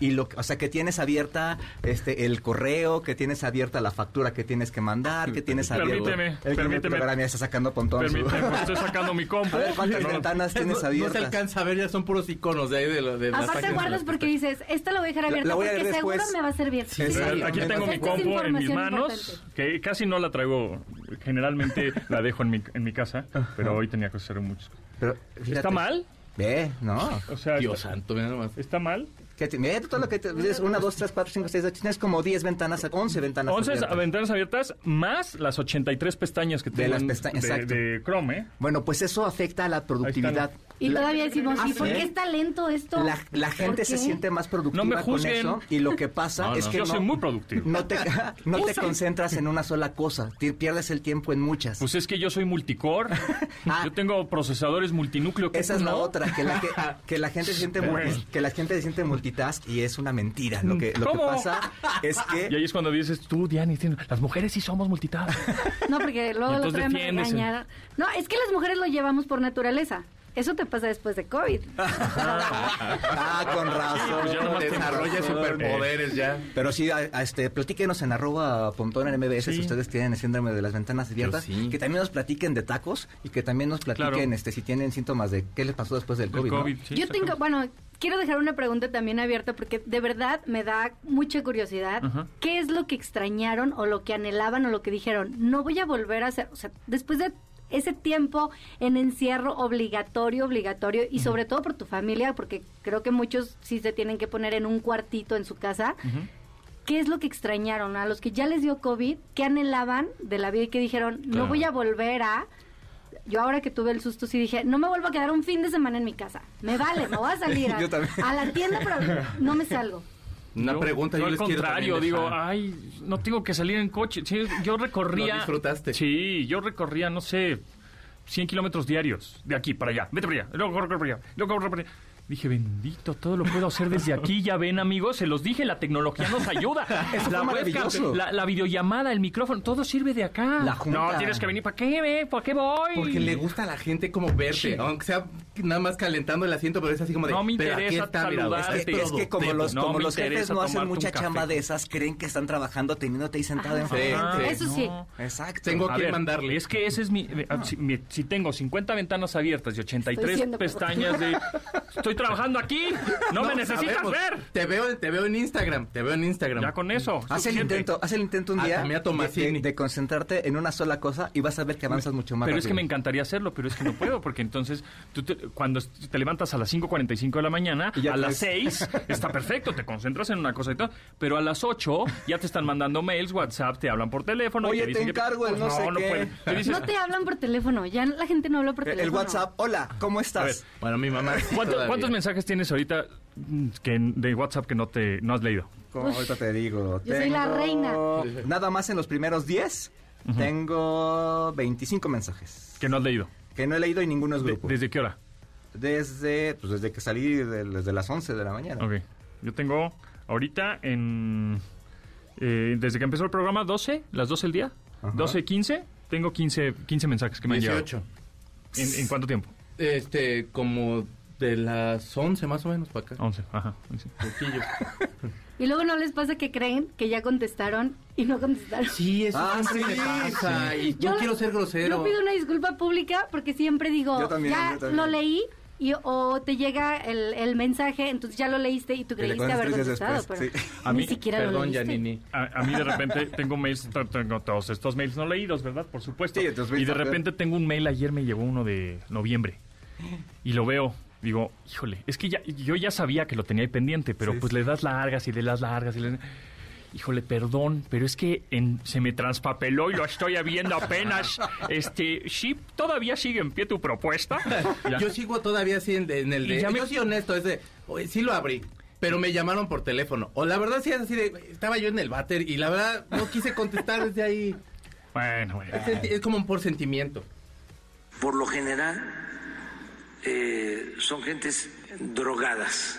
Speaker 3: Y lo, que- o sea, que tienes abierta este el correo, que tienes abierta la factura que tienes que mandar, que tienes abierta...
Speaker 2: Permíteme,
Speaker 3: el que
Speaker 2: permíteme.
Speaker 3: me programa, ya está sacando pontón.
Speaker 2: Permíteme, pues, estoy sacando mi compu.
Speaker 3: A ver, ¿cuántas
Speaker 2: No,
Speaker 3: ventanas tienes
Speaker 5: no, no
Speaker 3: abiertas?
Speaker 5: se alcanza a ver, ya son puros iconos de ahí de, lo- de las
Speaker 4: Aparte
Speaker 5: páginas
Speaker 4: guardas
Speaker 5: de las-
Speaker 4: porque dices, esta lo voy a dejar abierta
Speaker 3: la voy a
Speaker 4: porque
Speaker 3: leer
Speaker 4: seguro
Speaker 3: después.
Speaker 4: me va a servir.
Speaker 3: Sí,
Speaker 2: Eh,
Speaker 3: sí,
Speaker 4: claro.
Speaker 5: Pues,
Speaker 2: Aquí tengo
Speaker 4: Esta
Speaker 2: mi
Speaker 4: es
Speaker 2: compu en mis
Speaker 4: información
Speaker 2: manos,
Speaker 4: importante.
Speaker 2: que casi no la traigo, generalmente la dejo en mi, en mi casa, pero hoy tenía que hacer muchos.
Speaker 3: Pero, fíjate.
Speaker 2: ¿Está mal?
Speaker 3: Ve, no.
Speaker 2: O sea,
Speaker 5: Dios santo, mira nomás.
Speaker 2: ¿está mal?
Speaker 3: Que te- mira todo lo que te- tienes una, dos, tres, cuatro, cinco, seis, ocho, tienes como 10 ventanas, 11 ventanas.
Speaker 2: 11
Speaker 3: abiertas.
Speaker 2: ventanas abiertas más las 83 pestañas que
Speaker 3: De
Speaker 2: tengo
Speaker 3: las
Speaker 2: en-
Speaker 3: pestañas,
Speaker 2: de,
Speaker 3: exacto.
Speaker 2: de Chrome. ¿eh?
Speaker 3: Bueno, pues eso afecta a la productividad.
Speaker 2: Ahí
Speaker 4: Y todavía decimos,
Speaker 3: Ah,
Speaker 4: ¿y por
Speaker 3: ¿sí?
Speaker 4: qué está lento esto?
Speaker 3: La, la
Speaker 4: ¿Por
Speaker 3: gente se
Speaker 4: qué?
Speaker 3: siente más productiva
Speaker 2: No me
Speaker 3: con
Speaker 2: juzguen.
Speaker 3: eso y lo que pasa
Speaker 5: No,
Speaker 3: es
Speaker 5: no.
Speaker 3: que
Speaker 2: Yo
Speaker 3: no,
Speaker 2: soy muy productivo.
Speaker 3: no te, no te concentras en una sola cosa, te pierdes el tiempo en muchas.
Speaker 2: Pues es que yo soy multicore.
Speaker 3: Ah.
Speaker 2: Yo tengo procesadores multinúcleo. ¿qué
Speaker 3: Esa es
Speaker 2: tú
Speaker 3: la
Speaker 2: no?
Speaker 3: otra, que la, que, que la gente se siente multi-
Speaker 2: Güey.
Speaker 3: que la gente se siente multitask y es una mentira. Lo que, lo que
Speaker 2: ¿Cómo?
Speaker 3: pasa es que
Speaker 2: Y ahí es cuando dices tú, Diana, y tienes- las mujeres sí somos multitask.
Speaker 4: No, porque
Speaker 2: Y
Speaker 4: luego la
Speaker 2: entonces
Speaker 4: otra me
Speaker 2: defiendes, ¿eh?
Speaker 4: regañaron. No, es que las mujeres lo llevamos por naturaleza. Eso te pasa después de COVID.
Speaker 3: Ah, con razón.
Speaker 2: pues ya nomás tengo
Speaker 5: Desarrolla
Speaker 2: razón.
Speaker 5: superpoderes ya.
Speaker 3: Pero sí, a- a este, platíquenos en arroba pontón en MBS
Speaker 2: Sí.
Speaker 3: si ustedes tienen el síndrome de las ventanas abiertas.
Speaker 5: Yo sí.
Speaker 3: Que también nos platiquen de tacos y que también nos platiquen
Speaker 2: Claro.
Speaker 3: este, si tienen síntomas de qué les pasó después del
Speaker 2: Del
Speaker 3: COVID. ¿no?
Speaker 2: COVID, sí,
Speaker 4: Yo
Speaker 2: exacto.
Speaker 4: tengo, bueno, quiero dejar una pregunta también abierta porque de verdad me da mucha curiosidad.
Speaker 2: Ajá.
Speaker 4: ¿Qué es lo que extrañaron o lo que anhelaban o lo que dijeron? No voy a volver a hacer, o sea, después de ese tiempo en encierro obligatorio, obligatorio, y sobre todo por tu familia, porque creo que muchos sí se tienen que poner en un cuartito en su casa.
Speaker 2: Ujú.
Speaker 4: ¿Qué es lo que extrañaron a los que ya les dio COVID? ¿Qué anhelaban de la vida y que dijeron, no
Speaker 2: Claro.
Speaker 4: voy a volver a... Yo ahora que tuve el susto sí dije, no me vuelvo a quedar un fin de semana en mi casa. Me vale, me voy a salir a,
Speaker 3: Yo también.
Speaker 4: a la tienda, pero no me salgo.
Speaker 5: Una
Speaker 2: Yo-
Speaker 5: pregunta, yo,
Speaker 2: al
Speaker 5: les quiero
Speaker 2: contrario,
Speaker 5: también
Speaker 2: digo,
Speaker 5: dejar.
Speaker 2: ay, no tengo que salir en coche. Sí, yo recorría.
Speaker 5: Lo disfrutaste.
Speaker 2: Sí, yo recorría, no sé, 100 kilómetros diarios de aquí para allá. Vete para allá, luego corre para allá, luego corre para allá. Dije, bendito, todo lo puedo hacer desde aquí. Ya ven, amigos, se los dije, la tecnología nos ayuda.
Speaker 3: Eso
Speaker 2: la
Speaker 3: fue maravilloso.
Speaker 2: la, la videollamada, el micrófono, todo sirve de acá.
Speaker 3: La junta.
Speaker 2: No, tienes que venir. ¿Para qué, ve? ¿Para qué voy?
Speaker 5: Porque le gusta a la gente como verte,
Speaker 2: Sí.
Speaker 5: aunque sea nada más calentando el asiento, pero es así como de...
Speaker 2: No me
Speaker 5: "Pero aquí
Speaker 2: interesa
Speaker 5: está, mira,
Speaker 2: saludarte".
Speaker 5: está
Speaker 3: Es que, es
Speaker 5: todo,
Speaker 3: que como
Speaker 5: todo".
Speaker 3: los,
Speaker 2: No
Speaker 3: como
Speaker 2: me
Speaker 3: los jefes
Speaker 2: interesa
Speaker 3: no hacen
Speaker 2: tomarte un
Speaker 3: mucha
Speaker 2: café.
Speaker 3: chamba de esas, creen que están trabajando teniéndote ahí sentado
Speaker 5: Sí,
Speaker 3: enfrente.
Speaker 5: sí.
Speaker 4: Eso sí.
Speaker 3: Exacto.
Speaker 5: Tengo-
Speaker 2: A
Speaker 5: quién
Speaker 2: ver,
Speaker 5: mandarle.
Speaker 2: Es que ese es mi, eh, ah, si, mi- si tengo 50 ventanas abiertas y 83
Speaker 4: siendo
Speaker 2: pestañas de... Estoy trabajando aquí, no, me necesitas
Speaker 5: sabemos.
Speaker 2: ver.
Speaker 5: Te veo, te veo en Instagram, te veo en Instagram.
Speaker 2: Ya con eso.
Speaker 3: Haz el
Speaker 2: Ah, suficiente.
Speaker 3: intento, haz el intento un
Speaker 5: Ah,
Speaker 3: día
Speaker 5: también a Tomasini.
Speaker 3: de, de- de concentrarte en una sola cosa y vas a ver que avanzas mucho más
Speaker 2: Pero es que
Speaker 3: rápido.
Speaker 2: me encantaría hacerlo, pero es que no puedo, porque entonces tú te- cuando est- te levantas a las 5.45 de la mañana,
Speaker 3: Y ya
Speaker 2: a
Speaker 3: te
Speaker 2: las
Speaker 3: ves.
Speaker 2: 6 está perfecto, te concentras en una cosa y todo, pero a las 8 ya te están mandando mails, WhatsApp, te hablan por teléfono. y
Speaker 3: Oye,
Speaker 2: te, dicen
Speaker 3: te
Speaker 2: que-
Speaker 3: encargo el
Speaker 2: Pues
Speaker 3: no sé
Speaker 2: no
Speaker 3: qué.
Speaker 2: puede. Tú dices,
Speaker 4: No te hablan por teléfono, ya la gente no habla por
Speaker 3: El,
Speaker 4: teléfono.
Speaker 3: el WhatsApp, hola, ¿cómo
Speaker 2: a ver,
Speaker 3: estás?
Speaker 5: Bueno, mi mamá... sí
Speaker 2: ¿cuánto-
Speaker 5: todavía.
Speaker 2: ¿Cuántos mensajes tienes ahorita mm, que, de WhatsApp que no, te, no has leído?
Speaker 3: Como ahorita te digo.
Speaker 4: Yo soy la reina.
Speaker 3: Nada más en los primeros 10 tengo 25 mensajes
Speaker 2: Que no has leído.
Speaker 3: que no he leído y ninguno es
Speaker 2: De-
Speaker 3: grupo.
Speaker 2: ¿Desde qué hora?
Speaker 3: Desde, pues desde que salí, de- desde las 11 de la mañana.
Speaker 2: Ok. Yo tengo ahorita en. eh, desde que empezó el programa, 12, las 12 del día,
Speaker 3: Ajá.
Speaker 2: 12, 15. Tengo 15, 15 mensajes que me han llegado.
Speaker 5: 18.
Speaker 2: ¿En, en cuánto tiempo?
Speaker 5: Este, como de las 11 más o menos para
Speaker 3: Oh.
Speaker 5: acá.
Speaker 2: 11, ajá. 11.
Speaker 5: Poquillo.
Speaker 4: Y luego no les pasa que creen que ya contestaron y no contestaron.
Speaker 5: Sí, eso
Speaker 3: Ah,
Speaker 5: siempre
Speaker 3: sí,
Speaker 5: me pasa. Y
Speaker 4: Yo
Speaker 5: yo no quiero ser grosero.
Speaker 4: Yo pido una disculpa pública porque siempre digo,
Speaker 3: Yo también,
Speaker 4: ya
Speaker 3: yo también.
Speaker 4: lo leí y o te llega el, el mensaje, entonces ya lo leíste y tú
Speaker 3: Y le
Speaker 4: creíste haber
Speaker 3: contestas
Speaker 4: contestado,
Speaker 3: después,
Speaker 4: pero
Speaker 3: sí.
Speaker 2: A
Speaker 4: ni
Speaker 2: mí-
Speaker 4: siquiera lo
Speaker 5: Perdón,
Speaker 4: leíste.
Speaker 5: Janini.
Speaker 2: A, a mí de repente tengo mails, t- tengo todos estos mails no leídos, ¿verdad? Por supuesto.
Speaker 3: Sí, tus mails
Speaker 2: y de
Speaker 3: también.
Speaker 2: repente tengo un mail, ayer me llegó uno de noviembre. Y lo veo, digo, híjole, es que ya, yo ya sabía que lo tenía ahí pendiente, pero
Speaker 3: Sí,
Speaker 2: pues
Speaker 3: sí.
Speaker 2: le das largas y le das largas y le... Híjole, perdón, pero es que en- se me transpapeló y lo estoy viendo apenas. Este, sí, todavía sigue en pie tu propuesta. Ya.
Speaker 5: Yo sigo todavía así en, en el
Speaker 2: Y
Speaker 5: de.
Speaker 2: ya me-
Speaker 5: Yo soy honesto, es de. "Oye, sí lo abrí. Pero me llamaron por teléfono. O la verdad sí es así de. "Güey, Estaba yo en el váter y la verdad no quise contestar desde ahí.
Speaker 2: Bueno, bueno.
Speaker 5: Es, senti- es como un por sentimiento.
Speaker 6: por lo general eh, son gentes drogadas.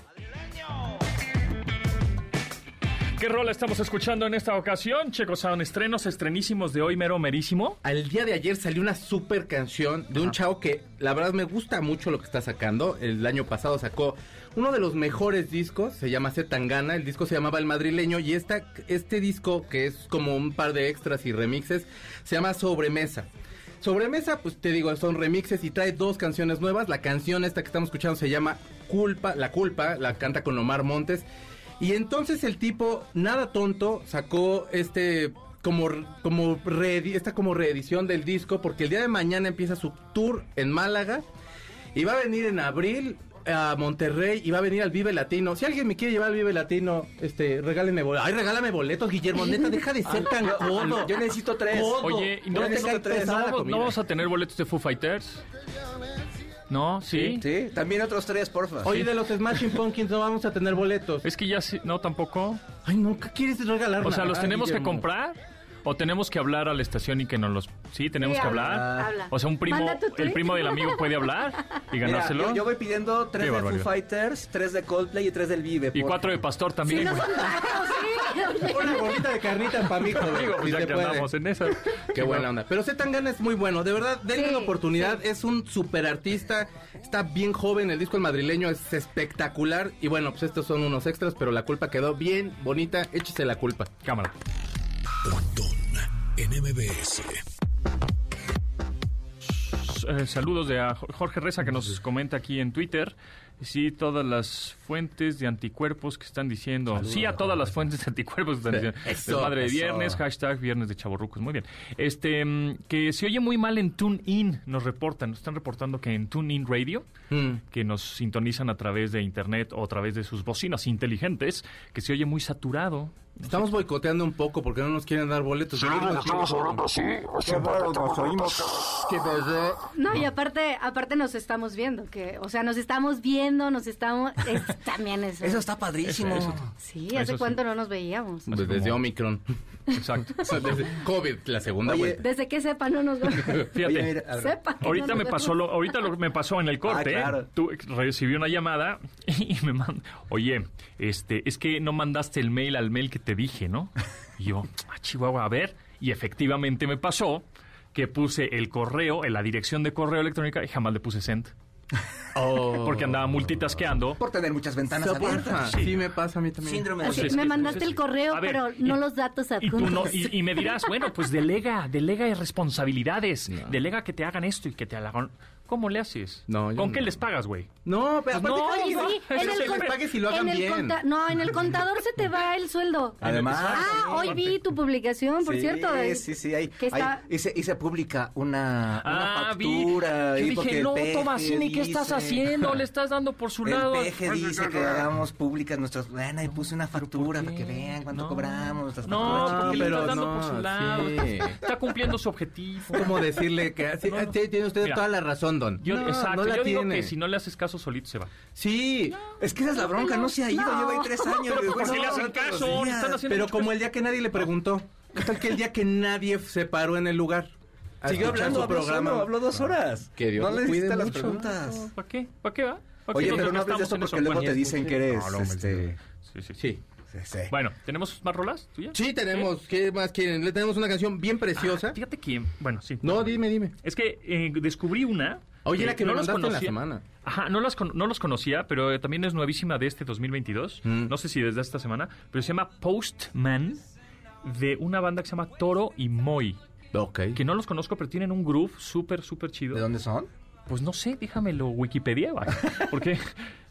Speaker 2: ¿Qué rola estamos escuchando en esta ocasión? Checo Sound, estrenos estrenísimos de hoy, mero merísimo.
Speaker 5: Al día de ayer salió una super canción de un chavo que la verdad me gusta mucho lo que está sacando. El año pasado sacó uno de los mejores discos, se llama Zetangana, el disco se llamaba El Madrileño y esta, este disco que es como un par de extras y remixes se llama Sobremesa. Sobremesa, pues te digo, son remixes y trae dos canciones nuevas. La canción esta que estamos escuchando se llama Culpa, La Culpa, la canta con Omar Montes. Y entonces el tipo, nada tonto, sacó este como, como reedi- esta como reedición del disco porque el día de mañana empieza su tour en Málaga y va a venir en abril a Monterrey y va a venir al Vive Latino. Si alguien me quiere llevar al Vive Latino, este, regálenme boletos. Ay, regálame boletos, Guillermo, neta, deja de ser tan codo.
Speaker 3: yo necesito tres.
Speaker 5: Codo.
Speaker 2: Oye, ¿y no,
Speaker 5: Ya te
Speaker 2: tengo-
Speaker 5: cae
Speaker 2: no
Speaker 5: pesada la
Speaker 2: vamos,
Speaker 5: comida.
Speaker 2: no vamos a tener boletos de Foo Fighters? No, sí.
Speaker 3: Sí, también otros tres, porfa.
Speaker 5: Oye, de los Smashing Pumpkins no vamos a tener boletos.
Speaker 2: Es que ya sí- no tampoco.
Speaker 5: Ay, no, ¿qué quieres regalar?
Speaker 2: Eh. O sea, ¿los
Speaker 5: nada,
Speaker 2: tenemos que
Speaker 5: Guillermo?
Speaker 2: comprar? ¿O tenemos que hablar a la estación y que nos los... Sí, tenemos
Speaker 4: Sí,
Speaker 2: que
Speaker 4: habla,
Speaker 2: hablar.
Speaker 4: habla.
Speaker 2: O sea, un primo,
Speaker 4: Manda tu
Speaker 2: el
Speaker 4: tweet.
Speaker 2: primo del amigo puede hablar y
Speaker 3: Mira,
Speaker 2: ganárselo.
Speaker 3: yo, yo voy pidiendo tres
Speaker 2: Qué
Speaker 3: de Foo
Speaker 2: barbaridad.
Speaker 3: Fighters, tres de Coldplay y tres del Vive.
Speaker 2: Y
Speaker 3: porfa.
Speaker 2: cuatro de pastor
Speaker 4: Sí,
Speaker 2: también.
Speaker 4: no
Speaker 2: güey.
Speaker 4: son tacos, sí.
Speaker 5: Una gordita de carnita para mí, joder.
Speaker 2: Digo, pues
Speaker 5: si
Speaker 2: ya
Speaker 5: se
Speaker 2: que
Speaker 5: puede.
Speaker 2: andamos en esa.
Speaker 5: Qué buena onda. Pero Zetangana es muy bueno, de verdad, denle
Speaker 4: Sí,
Speaker 5: la oportunidad. Es un super artista, está bien joven, el disco El Madrileño es espectacular. Y bueno, pues estos son unos extras, pero la culpa quedó bien bonita. Échese la culpa.
Speaker 2: Cámara.
Speaker 1: Pontón en MBS.
Speaker 2: Eh, saludos de a Jorge Reza que nos comenta aquí en Twitter. Sí, todas las fuentes de anticuerpos que están diciendo. sí, a todas las fuentes de anticuerpos que están diciendo.
Speaker 5: Eso,
Speaker 2: Madre de
Speaker 5: eso.
Speaker 2: viernes, hashtag viernes de chavorrucos. Muy bien. Este, mm, que se oye muy mal en TuneIn, nos reportan. Nos están reportando que en TuneIn Radio,
Speaker 5: Mm.
Speaker 2: que nos sintonizan a través de internet o a través de sus bocinas inteligentes, que se oye muy saturado.
Speaker 5: Estamos boicoteando un poco porque no nos quieren dar boletos.
Speaker 4: No, y aparte, aparte nos estamos viendo, que, o sea, nos estamos viendo, nos estamos, es- también eso.
Speaker 3: Eso está padrísimo.
Speaker 2: Eso-
Speaker 4: Sí, ¿hace
Speaker 2: eso sí.
Speaker 4: cuánto no nos veíamos?
Speaker 5: Pues desde
Speaker 2: como-
Speaker 5: Omicron.
Speaker 2: Exacto.
Speaker 5: Desde COVID, la segunda
Speaker 3: Oye,
Speaker 5: vuelta.
Speaker 4: Desde que sepa no nos vemos.
Speaker 2: Fíjate.
Speaker 3: Oye, mira, a ver.
Speaker 4: Sepa. que
Speaker 2: Ahorita
Speaker 4: no
Speaker 2: me
Speaker 4: nos
Speaker 2: pasó
Speaker 4: vemos.
Speaker 2: lo, ahorita lo- me pasó en el corte. ¿eh?
Speaker 3: Ah, claro.
Speaker 2: Tú recibí una llamada y me mandó, oye, este, es que no mandaste el mail al mail que te dije, ¿no? Y yo, ah, Chihuahua, a ver. Y efectivamente me pasó que puse el correo, en la dirección de correo electrónica y jamás le puse send.
Speaker 3: Oh.
Speaker 2: Porque andaba multitasqueando.
Speaker 3: Por tener muchas ventanas
Speaker 5: Soporta.
Speaker 3: abiertas.
Speaker 5: Sí. me pasa a mí también.
Speaker 3: Síndrome de...
Speaker 4: Así,
Speaker 2: Entonces,
Speaker 4: me
Speaker 2: Pues es-
Speaker 4: mandaste el
Speaker 2: entonces,
Speaker 4: correo,
Speaker 2: a ver,
Speaker 4: pero
Speaker 2: y-
Speaker 4: no los datos
Speaker 2: Y, tú
Speaker 4: adjuntos.
Speaker 2: no- y- y me dirás, bueno, pues delega, delega de responsabilidades, delega que te hagan esto y que te hagan... ¿Cómo le haces?
Speaker 5: No, yo
Speaker 2: ¿Con qué
Speaker 5: no.
Speaker 2: les pagas, güey?
Speaker 5: Pues No, pero
Speaker 2: No,
Speaker 5: aparte,
Speaker 4: Oye,
Speaker 2: no,
Speaker 4: sí,
Speaker 2: eso
Speaker 4: en
Speaker 2: se
Speaker 4: el
Speaker 2: les
Speaker 4: con-
Speaker 5: pague si lo hagan
Speaker 4: en el
Speaker 5: bien.
Speaker 4: conta- no, en el contador se te va el sueldo.
Speaker 3: Además...
Speaker 4: Ah, hoy vi tu publicación, por
Speaker 3: sí,
Speaker 4: cierto. eh,
Speaker 3: Sí, sí, hay,
Speaker 4: que está-
Speaker 3: hay- hice, hice pública una, una
Speaker 2: Ah, vi.
Speaker 3: factura.
Speaker 2: Yo
Speaker 3: ahí porque
Speaker 2: dije,
Speaker 3: el
Speaker 2: no,
Speaker 3: peje
Speaker 2: Tomasini, ¿qué estás
Speaker 3: dice-
Speaker 2: haciendo? Le estás dando por su
Speaker 3: El
Speaker 2: lado.
Speaker 3: peje dice que hagamos públicas nuestras... Bueno, y puse una factura para que vean cuánto
Speaker 2: No.
Speaker 3: cobramos. Nuestras
Speaker 2: No,
Speaker 3: facturas
Speaker 2: porque le
Speaker 3: chidas.
Speaker 2: estás
Speaker 5: pero
Speaker 2: dando por
Speaker 5: no,
Speaker 2: su lado.
Speaker 5: sí.
Speaker 2: Está, está cumpliendo su objetivo.
Speaker 5: como decirle que así,
Speaker 2: No, no.
Speaker 5: "Ah, sí, tiene usted
Speaker 2: Mira.
Speaker 5: toda la razón, abandon.
Speaker 2: Yo,
Speaker 5: No,
Speaker 2: exacto,
Speaker 5: no la
Speaker 2: yo digo
Speaker 5: tiene.
Speaker 2: que si no le haces caso, solito se va.
Speaker 5: Sí,
Speaker 3: Es que esa es la bronca, no se ha ido,
Speaker 4: No.
Speaker 3: lleva ahí tres años.
Speaker 2: Pero ¿por
Speaker 3: güey.
Speaker 2: qué le
Speaker 3: No,
Speaker 2: hacen
Speaker 3: no, todos
Speaker 2: caso?
Speaker 3: los
Speaker 2: Le
Speaker 3: días.
Speaker 2: están haciendo
Speaker 5: pero
Speaker 2: mucho
Speaker 5: como
Speaker 2: caso.
Speaker 5: el día que nadie le preguntó. ¿Qué tal que el día que nadie se paró en el lugar? a
Speaker 3: Siguió
Speaker 5: escuchar
Speaker 3: hablando,
Speaker 5: su
Speaker 3: habló solo, habló dos horas.
Speaker 5: Que Dios
Speaker 3: no le
Speaker 5: lo cuide
Speaker 3: hiciste las
Speaker 5: mucho.
Speaker 3: preguntas.
Speaker 2: ¿Para qué? ¿Para qué va? ¿Para
Speaker 3: Oye,
Speaker 2: qué nos
Speaker 3: pero no hables de
Speaker 2: gastamos
Speaker 3: esto
Speaker 2: en eso?
Speaker 3: porque luego
Speaker 2: Bueno,
Speaker 3: te dicen que eres,
Speaker 2: no, no,
Speaker 3: este...
Speaker 2: Sí, sí, sí.
Speaker 5: Sí.
Speaker 3: sí, sí.
Speaker 2: Bueno, ¿tenemos más rolas tuyas? Eh,
Speaker 5: Sí, tenemos. ¿Qué más quieren? Le tenemos una canción bien preciosa.
Speaker 2: Fíjate que, bueno, sí.
Speaker 5: No, dime, dime.
Speaker 2: Es que eh, descubrí una.
Speaker 5: Oye, la que me
Speaker 2: las
Speaker 5: mandaste en la semana.
Speaker 2: Ajá, no, las con- no los conocía, pero eh, también es nuevísima de este 2022.
Speaker 5: Mm.
Speaker 2: No sé si desde esta semana, pero se llama Postman de una banda que se llama Toro y Moy.
Speaker 5: Ok.
Speaker 2: Que no los conozco, pero tienen un groove súper, súper chido.
Speaker 3: ¿De dónde son?
Speaker 2: Pues no sé, déjamelo Wikipedia. va. Porque,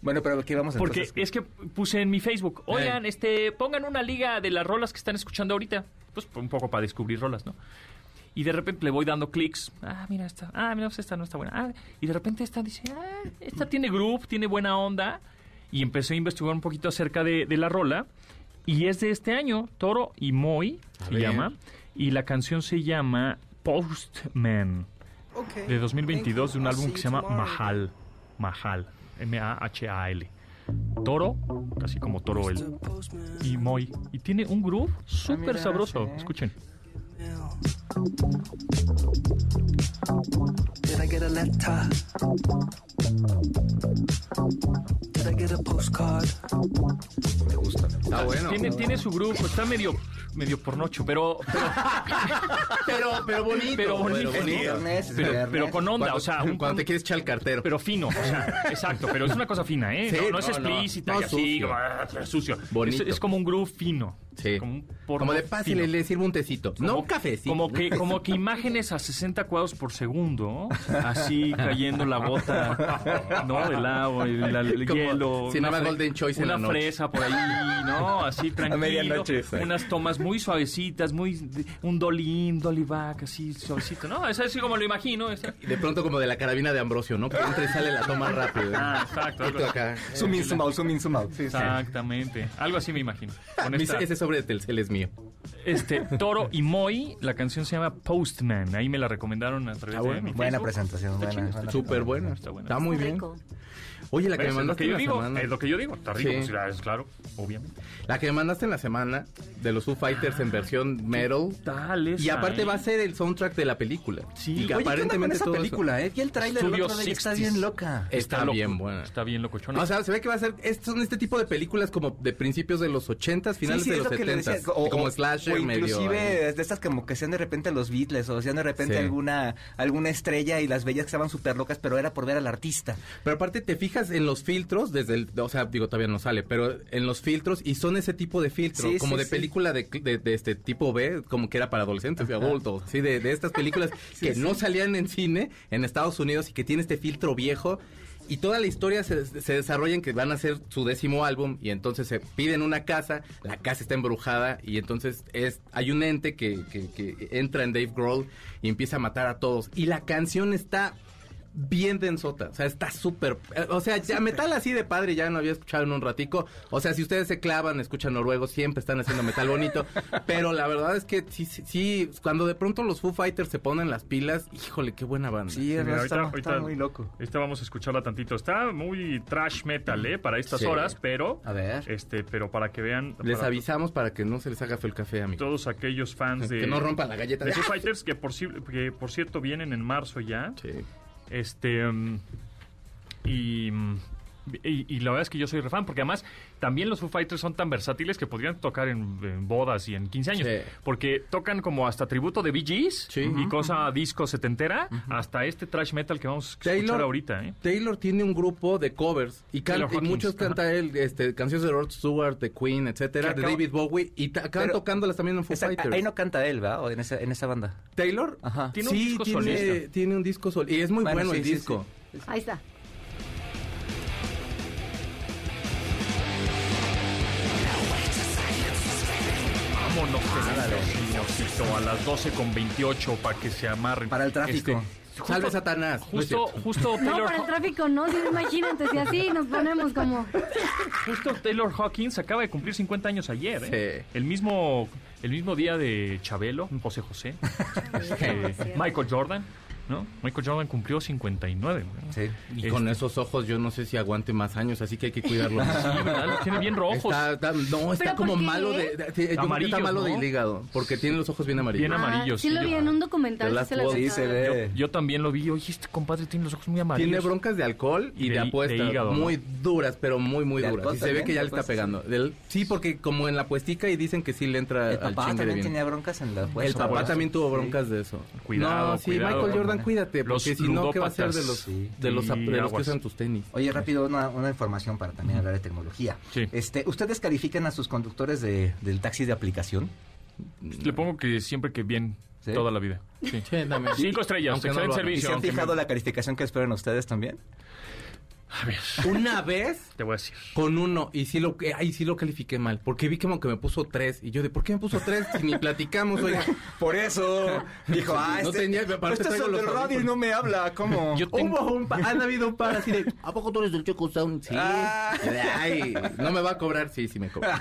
Speaker 3: Bueno, pero aquí vamos Pues,
Speaker 2: porque
Speaker 3: entonces.
Speaker 2: es que puse en mi Facebook, oigan, este, pongan una liga de las rolas que están escuchando ahorita. Pues un poco para descubrir rolas, ¿no? Y de repente le voy dando clics. Ah, mira esta. Ah, mira, pues esta no está buena. Ah, y de repente esta dice, ah, esta tiene groove, tiene buena onda. Y empecé a investigar un poquito acerca de, de la rola. Y es de este año, Toro y Moy se
Speaker 5: ver.
Speaker 2: llama. Y la canción se llama Postman de 2022 de un álbum que se llama Mahal. Mahal. M-A-H-A-L. Toro, casi como Toro el. Y Moy. Y tiene un groove súper sabroso. Escuchen.
Speaker 7: Did I get a letter? Did I get a postcard?
Speaker 5: Ah, bueno.
Speaker 2: Tiene, tiene su groove. Está medio, medio pornocho, pero, pero,
Speaker 5: Pero, pero bonito.
Speaker 2: Pero bonito.
Speaker 3: Es viernes, es
Speaker 2: pero,
Speaker 3: viernes.
Speaker 2: pero con onda.
Speaker 5: Cuando,
Speaker 2: O sea, un,
Speaker 5: cuando te quieres echar el cartero.
Speaker 2: pero fino. O sea, exacto. Pero es una cosa fina, ¿eh?
Speaker 5: Sí,
Speaker 2: no, no es
Speaker 5: no, no.
Speaker 2: explícita
Speaker 5: No
Speaker 2: y así.
Speaker 5: sucio.
Speaker 2: ah, Sucio.
Speaker 5: Bonito.
Speaker 2: Es, es como un groove fino.
Speaker 5: Sí.
Speaker 2: Como, un porno
Speaker 5: Como de paz y
Speaker 2: fino.
Speaker 5: le, le sirve un tecito. no un cafecito.
Speaker 2: Como que, como que imágenes a 60 cuadros por segundo, así cayendo la bota, ¿no? Del agua, el, la- el
Speaker 5: Como
Speaker 2: hielo.
Speaker 5: si no
Speaker 2: una
Speaker 5: va
Speaker 2: fre-
Speaker 5: Golden Choice en
Speaker 2: Una
Speaker 5: la noche.
Speaker 2: fresa por ahí, ¿no? Así tranquilo.
Speaker 3: medianoche, sí.
Speaker 2: Unas tomas muy suavecitas, muy. de- Un dolín, dolivac, así suavecito, ¿no? Es así como lo imagino. es-
Speaker 5: Y de pronto como de la carabina de Ambrosio, ¿no? Que entra y sale la toma rápido.
Speaker 2: Ah, exacto.
Speaker 5: Y tú
Speaker 2: algo-
Speaker 5: acá.
Speaker 3: Zoom in, zoom out, zoom in, zoom out.
Speaker 2: Exactamente. Algo así me imagino. Con
Speaker 5: Mis-
Speaker 2: esta-
Speaker 5: Ah, Ese sobre de Telcel es mío.
Speaker 2: este, Toro y Moy, la canción se llama Postman. Ahí me la recomendaron a través
Speaker 5: Ah,
Speaker 2: de
Speaker 5: bueno.
Speaker 2: mi
Speaker 3: Buena
Speaker 2: Facebook.
Speaker 3: presentación, buena.
Speaker 2: chido,
Speaker 3: buena
Speaker 5: Súper
Speaker 3: presentación.
Speaker 5: bueno.
Speaker 2: Ah, Está bueno.
Speaker 5: Está ah, muy bien.
Speaker 4: Rico.
Speaker 5: Oye, la que
Speaker 2: ¿Ves?
Speaker 5: me
Speaker 2: Es lo
Speaker 5: mandaste
Speaker 2: que yo
Speaker 5: en la
Speaker 2: digo,
Speaker 5: semana.
Speaker 2: es lo que yo digo, está rico,
Speaker 5: Sí.
Speaker 2: pues, ya, es claro, obviamente.
Speaker 5: La que me mandaste en la semana de
Speaker 2: Ah.
Speaker 5: los Foo Fighters en versión metal.
Speaker 2: Tal
Speaker 5: Y aparte va a ser el soundtrack de la película.
Speaker 2: Ah, Sí.
Speaker 5: Y que
Speaker 3: Oye, ¿qué onda con
Speaker 5: aparentemente
Speaker 3: esa
Speaker 5: todo eso-
Speaker 3: película, eh? Y el tráiler el
Speaker 2: Studio
Speaker 3: otro día está
Speaker 2: 60s.
Speaker 3: bien loca.
Speaker 5: Está, bien buena.
Speaker 2: Está bien locochona.
Speaker 5: O sea, se ve que va a ser. es- son este tipo de películas como de principios de los 80s, finales
Speaker 3: Sí, sí,
Speaker 5: de
Speaker 3: es
Speaker 5: los
Speaker 3: lo que le
Speaker 5: 70s.
Speaker 3: decía, o-
Speaker 5: como
Speaker 3: o-
Speaker 5: slasher
Speaker 3: o
Speaker 5: medio.
Speaker 3: inclusive
Speaker 5: ahí.
Speaker 3: de estas como que sean de repente los Beatles o sean de repente
Speaker 5: Sí.
Speaker 3: alguna alguna estrella y las bellas que estaban súper locas, pero era por ver al artista.
Speaker 5: Pero aparte te fijas en los filtros, desde el, o sea, digo, todavía no sale, pero en los filtros, y son ese tipo de filtros,
Speaker 3: Sí,
Speaker 5: como
Speaker 3: sí,
Speaker 5: de
Speaker 3: sí.
Speaker 5: película de, de- de este tipo B, como que era para adolescentes y adultos, sí, de, de estas películas que no salían en cine en Estados Unidos y que tiene este filtro viejo. Y toda la historia se, se desarrolla en que van a hacer su décimo álbum y entonces se piden una casa, la casa está embrujada y entonces es hay un ente que, que- que entra en Dave Grohl y empieza a matar a todos. Y la canción está bien densota. O sea, está súper. eh, O sea, ya metal así de padre ya no había escuchado en un ratico. O sea, si ustedes se clavan, escuchan noruego, siempre están haciendo metal bonito. pero la verdad es que sí, sí, sí, cuando de pronto los Foo Fighters se ponen las pilas, híjole, qué buena banda.
Speaker 3: Sí,
Speaker 2: Mira,
Speaker 3: no,
Speaker 2: ahorita-
Speaker 3: estaba-
Speaker 2: ahorita-
Speaker 3: estaba muy loco.
Speaker 2: Esta vamos a escucharla tantito. Está muy trash metal, ¿eh? Para estas
Speaker 5: Sí.
Speaker 2: horas, pero.
Speaker 3: A ver.
Speaker 2: Este, pero para que vean.
Speaker 5: Les
Speaker 2: para
Speaker 5: avisamos para que no se les haga feo el café, amigos.
Speaker 2: Todos aquellos fans de.
Speaker 5: que no rompan la galleta.
Speaker 2: de Foo Fighters, que por, si- que por cierto vienen en marzo ya.
Speaker 5: Sí.
Speaker 2: Este. mm, y. mm, Y, y la verdad es que yo soy refan, porque además también los Foo Fighters son tan versátiles que podrían tocar en, en bodas y en 15 años.
Speaker 5: Sí.
Speaker 2: Porque tocan como hasta tributo de Bee Gees
Speaker 5: Sí.
Speaker 2: y cosa disco setentera, hasta este trash metal que vamos a escuchar
Speaker 5: Taylor-
Speaker 2: ahorita. ¿eh?
Speaker 5: Taylor tiene un grupo de covers y, can-
Speaker 2: Taylor
Speaker 5: y
Speaker 2: Hawkins,
Speaker 5: muchos
Speaker 2: ajá.
Speaker 5: canta él este, canciones de Rod Stewart, de Queen, etcétera,
Speaker 2: Que
Speaker 5: de
Speaker 2: acaba-
Speaker 5: David Bowie y ta- acaban
Speaker 3: Pero-
Speaker 5: tocándolas también en Foo
Speaker 3: Esa-
Speaker 5: Fighters.
Speaker 3: pues ahí no canta él, ¿va? O en esa, en esa banda.
Speaker 5: Taylor
Speaker 3: Ajá.
Speaker 2: Tiene un disco
Speaker 5: tiene,
Speaker 2: solista.
Speaker 5: tiene un disco solista. Y es muy bueno,
Speaker 3: Bueno, sí,
Speaker 5: el
Speaker 3: sí,
Speaker 5: disco.
Speaker 4: Ahí está.
Speaker 2: Vámonos, señorcito, a las 12 con 28 para que se amarren.
Speaker 3: Para el tráfico.
Speaker 2: Este, justo-
Speaker 5: Salve Satanás. No es
Speaker 2: Justo,
Speaker 5: cierto.
Speaker 2: justo,
Speaker 4: No,
Speaker 2: Taylor,
Speaker 4: para el tráfico no, sí, imagínate, si así nos ponemos como...
Speaker 2: justo Taylor Hawkins acaba de cumplir 50 años ayer. ¿eh?
Speaker 5: Sí.
Speaker 2: El, mismo, el mismo día de Chabelo, José José, este,
Speaker 4: cierto.
Speaker 2: Michael Jordan. ¿no? Michael Jordan cumplió 59. ¿no?
Speaker 3: Sí.
Speaker 5: Y
Speaker 2: Este-
Speaker 5: con esos ojos yo no sé si aguante más años, así que hay que cuidarlo.
Speaker 2: Sí, ¿verdad? Los tiene bien rojos.
Speaker 5: Está- está- no, está
Speaker 4: ¿Pero
Speaker 5: como
Speaker 4: por qué?
Speaker 5: malo de, de- sí, yo creo que
Speaker 2: Amarillos,
Speaker 5: está malo
Speaker 2: ¿no?
Speaker 5: del hígado, porque tiene los ojos bien amarillos.
Speaker 2: Bien
Speaker 4: Ah,
Speaker 2: amarillos,
Speaker 4: Sí,
Speaker 2: sí,
Speaker 4: lo
Speaker 2: yo-
Speaker 4: vi en un
Speaker 5: The
Speaker 4: documental.
Speaker 5: Last
Speaker 4: sí se lo
Speaker 5: Walk.
Speaker 3: Sí, se
Speaker 4: contaba.
Speaker 3: ve.
Speaker 2: Yo, yo también lo vi. Oye, este compadre tiene los ojos muy amarillos.
Speaker 5: eh, Tiene broncas de alcohol y de,
Speaker 2: De hí- de
Speaker 5: apuestas
Speaker 2: hígado, ¿no?
Speaker 5: muy duras, pero muy muy
Speaker 3: De
Speaker 5: duras.
Speaker 3: alcohol
Speaker 5: Y se ve
Speaker 3: también,
Speaker 5: que ya
Speaker 3: de
Speaker 5: le está
Speaker 3: apuestas,
Speaker 5: pegando. Del- sí, porque como en la puestica y dicen que sí le entra
Speaker 3: El
Speaker 5: al
Speaker 3: papá
Speaker 5: chingue de
Speaker 3: también
Speaker 5: bien.
Speaker 3: tenía broncas en la
Speaker 5: El
Speaker 3: apuesta,
Speaker 5: papá
Speaker 3: ¿verdad?
Speaker 5: también tuvo
Speaker 3: Sí.
Speaker 5: broncas de eso.
Speaker 2: Cuidado,
Speaker 5: no, sí,
Speaker 2: cuidado.
Speaker 5: Michael Jordan, cuídate,
Speaker 2: Los
Speaker 5: porque si no, ¿qué va a hacer
Speaker 2: ludópatas.
Speaker 5: de los,
Speaker 2: Sí.
Speaker 5: de los, ap-
Speaker 2: Y
Speaker 5: de los que
Speaker 2: aguas.
Speaker 5: usan tus tenis?
Speaker 3: Oye, rápido, una, una información para también hablar de tecnología.
Speaker 2: Sí.
Speaker 3: Este, ¿Ustedes califican a sus conductores de, del taxi de aplicación?
Speaker 2: Le pongo que siempre que bien,
Speaker 3: ¿Sí?
Speaker 2: toda la vida. Sí.
Speaker 5: Sí, dame.
Speaker 2: Cinco estrellas,
Speaker 5: Aunque
Speaker 2: excelente
Speaker 5: no lo hagan.
Speaker 3: ¿Y
Speaker 2: servicio.
Speaker 3: se han
Speaker 2: aunque
Speaker 3: fijado
Speaker 2: me-
Speaker 3: la calificación que esperan ustedes también?
Speaker 2: A ver,
Speaker 5: Una vez
Speaker 2: te voy a decir.
Speaker 5: con uno y sí lo eh, ay, sí lo califiqué mal, porque vi que como que me puso tres y yo de ¿por qué me puso tres si ni platicamos, oiga?
Speaker 3: Por eso dijo, ah,
Speaker 5: No
Speaker 3: este,
Speaker 5: tenía-
Speaker 3: este
Speaker 5: aparte
Speaker 3: es
Speaker 5: traigo
Speaker 3: el
Speaker 5: los
Speaker 3: del radio y no me habla, ¿cómo?
Speaker 2: Yo tengo-
Speaker 5: Hubo un pa- han habido un par así de ¿A poco tú eres del Choco Sound? Sí.
Speaker 3: Ah.
Speaker 5: Ay, no me va a cobrar, sí, sí me cobra.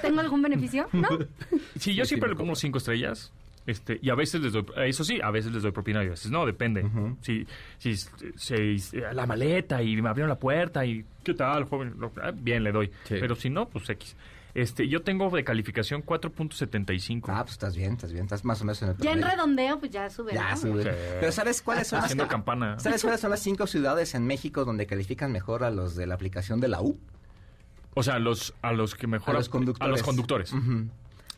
Speaker 4: ¿Tengo algún beneficio? No.
Speaker 2: Sí, yo
Speaker 3: Pues
Speaker 5: Sí,
Speaker 2: siempre
Speaker 5: sí,
Speaker 2: le
Speaker 5: me
Speaker 2: pongo
Speaker 5: compro.
Speaker 2: cinco estrellas. Este, y a veces les doy, eh, eso sí, a veces les doy propina y a veces no, depende. Si, si se- eh, la maleta y me abrieron la puerta y ¿qué tal, joven? Lo- ah, Bien, le doy.
Speaker 5: Sí.
Speaker 2: Pero si no, pues X. Este, yo tengo de calificación 4.75.
Speaker 3: Ah, pues estás bien, estás bien, estás más o menos en el
Speaker 4: Ya en
Speaker 3: promedio.
Speaker 4: redondeo, pues ya sube.
Speaker 3: Ya,
Speaker 4: ¿no?
Speaker 3: sube.
Speaker 2: Sí.
Speaker 3: Pero ¿sabes cuáles son las
Speaker 2: Haciendo campana.
Speaker 3: ¿Sabes cuáles son las cinco ciudades en México donde califican mejor a los de la aplicación de la U?
Speaker 2: O sea, a los, a los que mejor...
Speaker 3: A los conductores.
Speaker 2: A los conductores.
Speaker 3: Ujú.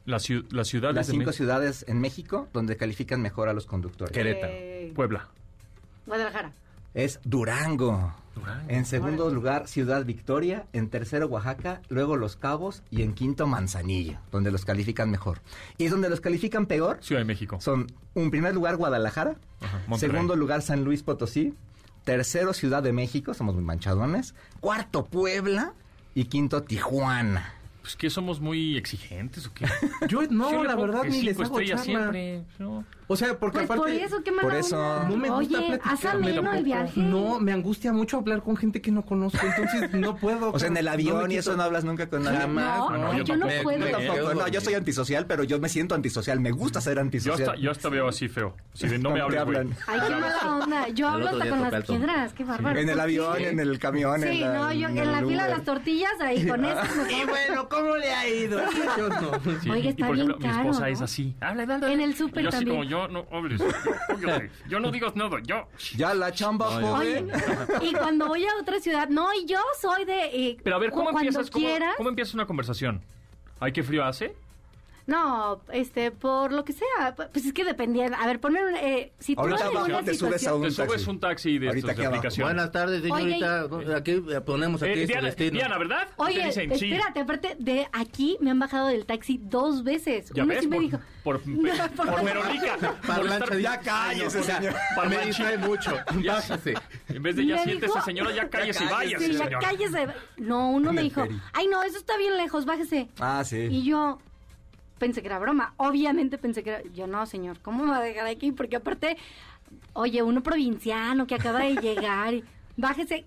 Speaker 2: La ciu- las ciudades
Speaker 3: Las
Speaker 2: de
Speaker 3: cinco
Speaker 2: Me-
Speaker 3: ciudades en México donde califican mejor a los conductores.
Speaker 5: Querétaro.
Speaker 4: Eh,
Speaker 2: Puebla.
Speaker 4: Guadalajara.
Speaker 3: Es Durango.
Speaker 2: Durango.
Speaker 3: En segundo lugar, Ciudad Victoria. En tercero, Oaxaca. Luego, Los Cabos. Y en quinto, Manzanillo, donde los califican mejor. Y donde los califican peor
Speaker 2: Ciudad de México.
Speaker 3: son, en primer lugar, Guadalajara.
Speaker 2: Ajá, Monterrey.
Speaker 3: segundo lugar, San Luis Potosí. Tercero, Ciudad de México. Somos muy manchadones. Cuarto, Puebla. Y quinto, Tijuana.
Speaker 2: Pues que somos muy exigentes o qué.
Speaker 5: Yo no,
Speaker 2: Sí, le
Speaker 5: la
Speaker 2: pongo
Speaker 5: verdad
Speaker 2: que
Speaker 5: ni les
Speaker 2: cinco
Speaker 5: hago charla.
Speaker 2: estrellas siempre. ¿no?
Speaker 5: O sea, porque
Speaker 4: Pues
Speaker 5: aparte
Speaker 4: por eso, qué mala
Speaker 3: por eso
Speaker 4: onda.
Speaker 5: no me gusta
Speaker 4: Oye,
Speaker 5: platicar.
Speaker 4: haz ameno
Speaker 2: Tampoco.
Speaker 4: el viaje.
Speaker 5: No, me angustia mucho hablar con gente que no conozco, entonces no puedo.
Speaker 3: O sea, en el
Speaker 5: no me
Speaker 3: avión y
Speaker 5: quito-
Speaker 3: eso no hablas nunca con nadie.
Speaker 4: No,
Speaker 5: jamás.
Speaker 2: No,
Speaker 4: ay,
Speaker 2: yo
Speaker 4: yo no
Speaker 2: tampoco.
Speaker 4: puedo.
Speaker 5: Me-
Speaker 3: Yo tampoco, no, yo soy antisocial, pero yo me siento antisocial. Me gusta ser
Speaker 2: Yo,
Speaker 3: antisocial.
Speaker 2: hasta, yo hasta veo así feo. Si de no me
Speaker 3: No te
Speaker 2: hables, güey.
Speaker 3: hablan.
Speaker 4: Ay, qué mala onda. Yo hablo
Speaker 5: otro
Speaker 4: hasta
Speaker 5: día
Speaker 4: con
Speaker 5: toca
Speaker 4: las
Speaker 5: el tono.
Speaker 4: piedras, qué bárbaro.
Speaker 3: En el avión, en el camión, en
Speaker 4: Sí,
Speaker 3: la,
Speaker 4: no, yo en,
Speaker 3: el
Speaker 4: la fila de
Speaker 3: Uber.
Speaker 4: las tortillas, ahí con esas me
Speaker 5: Y
Speaker 4: como.
Speaker 5: bueno, ¿cómo le ha ido? Yo no.
Speaker 2: Sí,
Speaker 4: Oiga,
Speaker 2: y-
Speaker 4: está
Speaker 2: y por
Speaker 4: bien
Speaker 2: ejemplo, mi
Speaker 4: caro,
Speaker 2: esposa
Speaker 4: ¿no?
Speaker 2: es así. Habla, habla, habla.
Speaker 4: En el súper
Speaker 2: Yo así
Speaker 4: también.
Speaker 2: como, yo no hables. Yo, yo- yo no digas nada. Yo.
Speaker 3: Ya la chamba,
Speaker 5: No,
Speaker 4: Oye,
Speaker 3: joven.
Speaker 4: y cuando voy a otra ciudad, no, y yo soy de. eh,
Speaker 2: Pero a ver, ¿cómo
Speaker 4: cu- cuando
Speaker 2: empiezas, cómo,
Speaker 4: quieras.
Speaker 2: cómo empiezas una conversación? ¿Ay, qué frío hace?
Speaker 4: No, este, por lo que sea. Pues es que dependía. A ver, poner. un- Eh, si tú
Speaker 3: Ahorita
Speaker 4: en
Speaker 3: abajo
Speaker 4: una
Speaker 3: te subes a
Speaker 4: situación-
Speaker 3: un
Speaker 2: Te subes
Speaker 3: taxi.
Speaker 2: un taxi de
Speaker 3: Ahorita
Speaker 2: estos de
Speaker 3: aquí abajo.
Speaker 2: aplicación.
Speaker 5: tardes,
Speaker 4: señorita.
Speaker 5: Aquí ponemos
Speaker 2: Eh, Diana, Diana, ¿verdad? Y te
Speaker 4: Oye,
Speaker 2: dicen, sí.
Speaker 4: espérate, aparte de aquí me han bajado del taxi dos veces.
Speaker 2: ¿Ya
Speaker 4: Uno
Speaker 2: ves?
Speaker 4: sí me
Speaker 2: por,
Speaker 4: dijo.
Speaker 2: por,
Speaker 4: No,
Speaker 2: por,
Speaker 4: por-
Speaker 2: Verónica. Por
Speaker 5: Parlancha,
Speaker 2: estar-
Speaker 5: ya
Speaker 3: cállese, señor.
Speaker 5: Me distrae mucho. Bájese.
Speaker 2: en vez de ya
Speaker 4: Me
Speaker 2: siéntese,
Speaker 4: dijo-
Speaker 2: señora, ya cállese y
Speaker 3: cállese,
Speaker 2: váyase,
Speaker 4: Sí, ya
Speaker 2: señora.
Speaker 4: cállese. No, uno
Speaker 3: En
Speaker 4: me
Speaker 3: el
Speaker 4: dijo,
Speaker 3: ferry.
Speaker 4: ay no, eso está bien lejos, bájese.
Speaker 3: Ah, sí.
Speaker 4: Y yo pensé que era broma. Obviamente pensé que era... Yo no, señor, ¿cómo me va a dejar aquí? Porque aparte, oye, uno provinciano que acaba de llegar, y, bájese.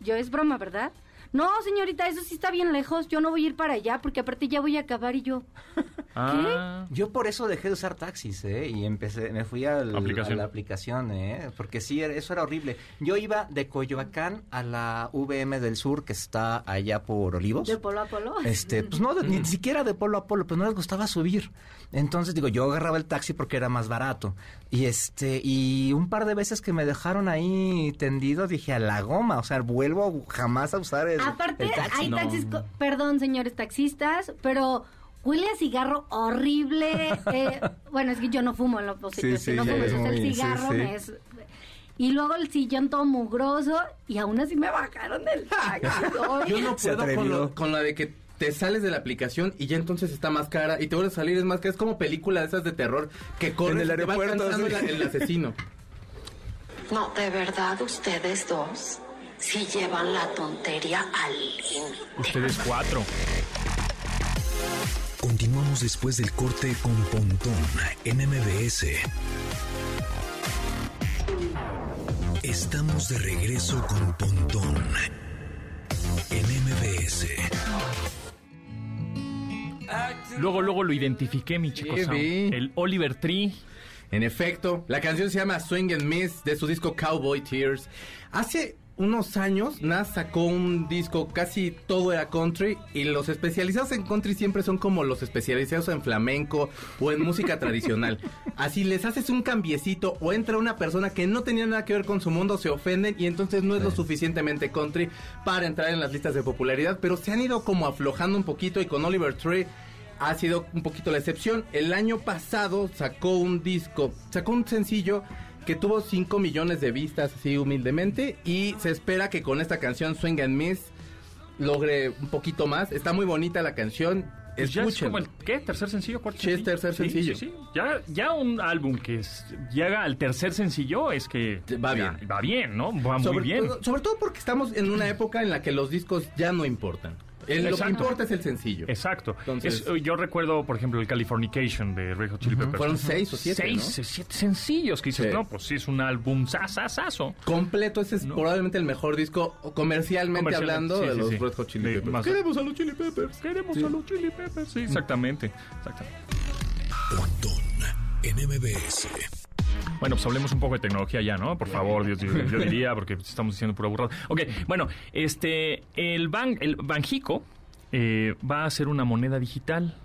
Speaker 4: Yo es broma, ¿verdad? No, señorita, eso sí está bien lejos. Yo no voy a ir para allá porque aparte ya voy a acabar y yo...
Speaker 2: Ah,
Speaker 3: Yo por eso dejé de usar taxis, ¿eh? Y empecé, me fui al-
Speaker 2: Aplicación.
Speaker 3: a la aplicación, ¿eh? Porque sí, era- eso era horrible. Yo iba de Coyoacán a la VM del Sur, que está allá por Olivos.
Speaker 4: De polo a polo.
Speaker 3: Este, pues no,
Speaker 2: Mm.
Speaker 3: ni siquiera de polo a polo, pues no les gustaba subir. Entonces, digo, yo agarraba el taxi porque era más barato. Y este, y un par de veces que me dejaron ahí tendido, dije, a la goma, o sea, vuelvo jamás a usar el,
Speaker 4: Aparte,
Speaker 3: el taxi.
Speaker 4: hay
Speaker 5: no.
Speaker 4: taxis, co- perdón, señores taxistas, pero huele a cigarro horrible. eh, bueno, es que yo no fumo, lo, o sea,
Speaker 3: Sí,
Speaker 4: yo sí
Speaker 3: sí,
Speaker 4: no
Speaker 3: sí,
Speaker 4: fumo,
Speaker 3: es
Speaker 4: entonces
Speaker 3: muy-
Speaker 4: el
Speaker 3: sí,
Speaker 4: cigarro
Speaker 3: sí.
Speaker 4: me es... Y luego el sillón todo mugroso y aún así me bajaron del taxi. Oye,
Speaker 5: Yo no
Speaker 3: Se
Speaker 5: puedo con,
Speaker 3: atrevió.
Speaker 5: lo- con la de que te sales de la aplicación y ya entonces está más cara y te vuelves a salir es más cara. Es como película de esas de terror que corre
Speaker 3: En el aeropuerto, sí.
Speaker 5: el, el asesino.
Speaker 8: No, de verdad, ustedes dos sí llevan la tontería al límite.
Speaker 2: ustedes cuatro.
Speaker 1: Continuamos después del corte con Pontón en MBS. Estamos de regreso con Pontón en MBS.
Speaker 2: Luego, luego lo identifiqué, mi chico.
Speaker 5: Sí,
Speaker 2: Sam.
Speaker 5: vi.
Speaker 2: El Oliver Tree.
Speaker 5: En efecto, la canción se llama Swing and Miss de su disco Cowboy Tears. Hace unos años, Nas sacó un disco casi todo era country y los especializados en country siempre son como los especializados en flamenco o en música tradicional. Así les haces un cambiecito o entra una persona que no tenía nada que ver con su mundo, se ofenden y entonces no es lo suficientemente country para entrar en las listas de popularidad, pero se han ido como aflojando un poquito y con Oliver Tree ha sido un poquito la excepción. El año pasado sacó un disco, sacó un sencillo que tuvo 5 millones de vistas, así humildemente, y se espera que con esta canción Swing and Miss logre un poquito más. Está muy bonita la canción.
Speaker 2: Pues ya es
Speaker 5: Escuchen.
Speaker 2: como el, ¿qué? ¿Tercer sencillo? ¿Cuarto
Speaker 5: Sí, es tercer
Speaker 2: Sí,
Speaker 5: sencillo.
Speaker 2: sí, sí. Ya, ya un álbum que es- llega al tercer sencillo es que...
Speaker 5: Va
Speaker 2: ya,
Speaker 5: bien.
Speaker 2: Va bien, ¿no? Va ah, muy
Speaker 5: sobre,
Speaker 2: bien.
Speaker 5: Todo, sobre todo porque estamos en una época en la que los discos ya no importan. El- lo que
Speaker 2: Exacto.
Speaker 5: importa es el sencillo.
Speaker 2: Exacto.
Speaker 5: Entonces-
Speaker 2: Es- yo recuerdo, por ejemplo, el Californication de Red Hot Chili Peppers.
Speaker 5: Fueron seis o siete,
Speaker 2: Seis,
Speaker 5: ¿no?
Speaker 2: siete sencillos que dices,
Speaker 5: Sí.
Speaker 2: no, pues sí, es un álbum sasasazo.
Speaker 5: Completo, ese es probablemente el mejor disco comercialmente, hablando de los Red Hot Chili Peppers.
Speaker 2: Queremos a los Chili Peppers. Queremos a los Chili Peppers.
Speaker 5: Mm.
Speaker 2: Sí, exactamente. exactamente.
Speaker 1: Pontón en MBS.
Speaker 2: Bueno, pues hablemos un poco de tecnología ya, ¿no? Por favor, Dios, yo, yo diría, porque estamos diciendo pura burrada. Ok, bueno, este, el, ban, el Banjico eh, va a ser una moneda digital,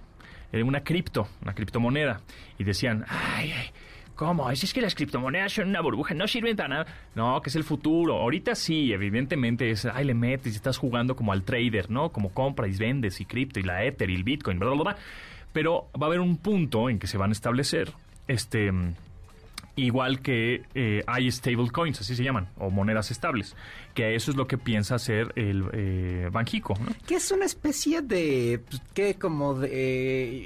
Speaker 2: eh, una cripto, una criptomoneda. Y decían, ay, ay, ¿cómo? Es, es que las criptomonedas son una burbuja, no sirven para nada. No, que es el futuro. Ahorita sí, evidentemente, es, ay, le metes y estás jugando como al trader, ¿no? Como compras y vendes y cripto y la Ether y el Bitcoin, bla, bla, bla. Pero va a haber un punto en que se van a establecer, este igual que eh, hay stablecoins, así se llaman, o monedas estables, que eso es lo que piensa hacer el eh, Banjico. ¿no?
Speaker 3: Que es una especie de. pues, que como de.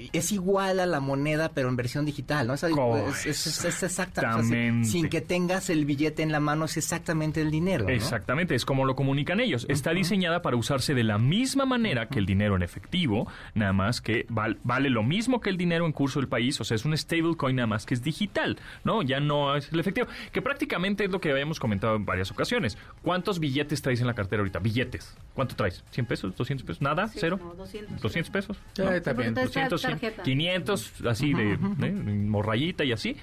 Speaker 3: eh, es igual a la moneda, pero en versión digital, ¿no? Es, es, es- es- es exacta. o sea,
Speaker 2: Oh,
Speaker 3: sin-
Speaker 2: Exactamente.
Speaker 3: sin que tengas el billete en la mano, es exactamente el dinero. ¿no?
Speaker 2: Exactamente, es como lo comunican ellos. Está diseñada para usarse de la misma manera que el dinero en efectivo, nada más que val- vale lo mismo que el dinero en curso del país, o sea, es un stablecoin nada más que es digital, ¿no? Ya no es el efectivo, que prácticamente es lo que habíamos comentado en varias ocasiones. ¿Cuántos billetes traes en la cartera ahorita? Billetes. ¿Cuánto traes? ¿100 pesos? ¿200 pesos? ¿Nada?
Speaker 4: Sí,
Speaker 2: ¿Cero?
Speaker 4: como 200.
Speaker 2: 200 pesos.
Speaker 5: Ya,
Speaker 2: ¿no?
Speaker 5: está bien.
Speaker 4: Entonces,
Speaker 2: 200,
Speaker 4: Esta
Speaker 2: 100,
Speaker 4: tarjeta.
Speaker 2: 500, así de ¿eh? morrayita y así.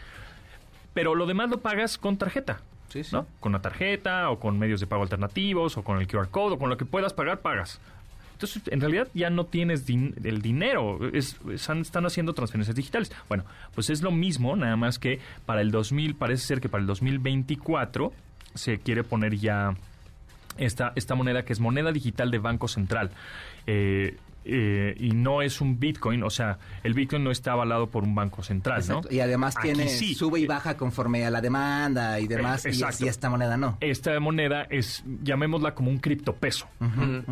Speaker 2: Pero lo demás lo pagas con tarjeta.
Speaker 3: Sí, sí.
Speaker 2: ¿no? Con una tarjeta o con medios de pago alternativos o con el QR code o con lo que puedas pagar, pagas. Entonces, en realidad ya no tienes din- el dinero, es- están, están haciendo transferencias digitales. Bueno, pues es lo mismo, nada más que para el 2000, parece ser que para el 2024 se quiere poner ya esta, esta moneda que es moneda digital de Banco Central. Eh, eh, y no es un Bitcoin, o sea, el Bitcoin no está avalado por un banco central,
Speaker 3: Exacto.
Speaker 2: ¿no?
Speaker 3: Y además
Speaker 2: Aquí
Speaker 3: tiene
Speaker 2: sí.
Speaker 3: sube y baja conforme a la demanda y demás.
Speaker 2: Eh,
Speaker 3: y-
Speaker 2: exacto. Eh,
Speaker 3: Y, esta moneda no.
Speaker 2: Esta moneda es, llamémosla como un criptopeso.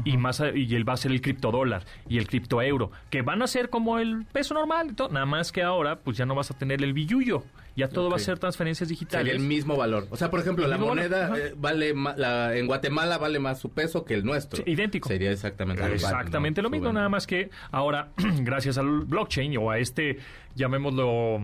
Speaker 2: Y más a- y él va a ser el criptodólar y el criptoeuro, que van a ser como el peso normal, y todo. nada más que ahora pues ya no vas a tener el billuyo, ya todo va a
Speaker 5: Ok.
Speaker 2: ser transferencias
Speaker 5: Sería
Speaker 2: digitales.
Speaker 5: el mismo valor. O sea, por ejemplo,
Speaker 2: El
Speaker 5: la
Speaker 2: mismo valor,
Speaker 5: moneda
Speaker 2: ajá.
Speaker 5: eh, vale ma- la- en Guatemala vale más su peso que el nuestro.
Speaker 2: Sí, idéntico.
Speaker 5: Sería exactamente lo mismo.
Speaker 2: Exactamente lo mismo,
Speaker 5: Suben.
Speaker 2: nada más que ahora, gracias al blockchain o a este, llamémoslo,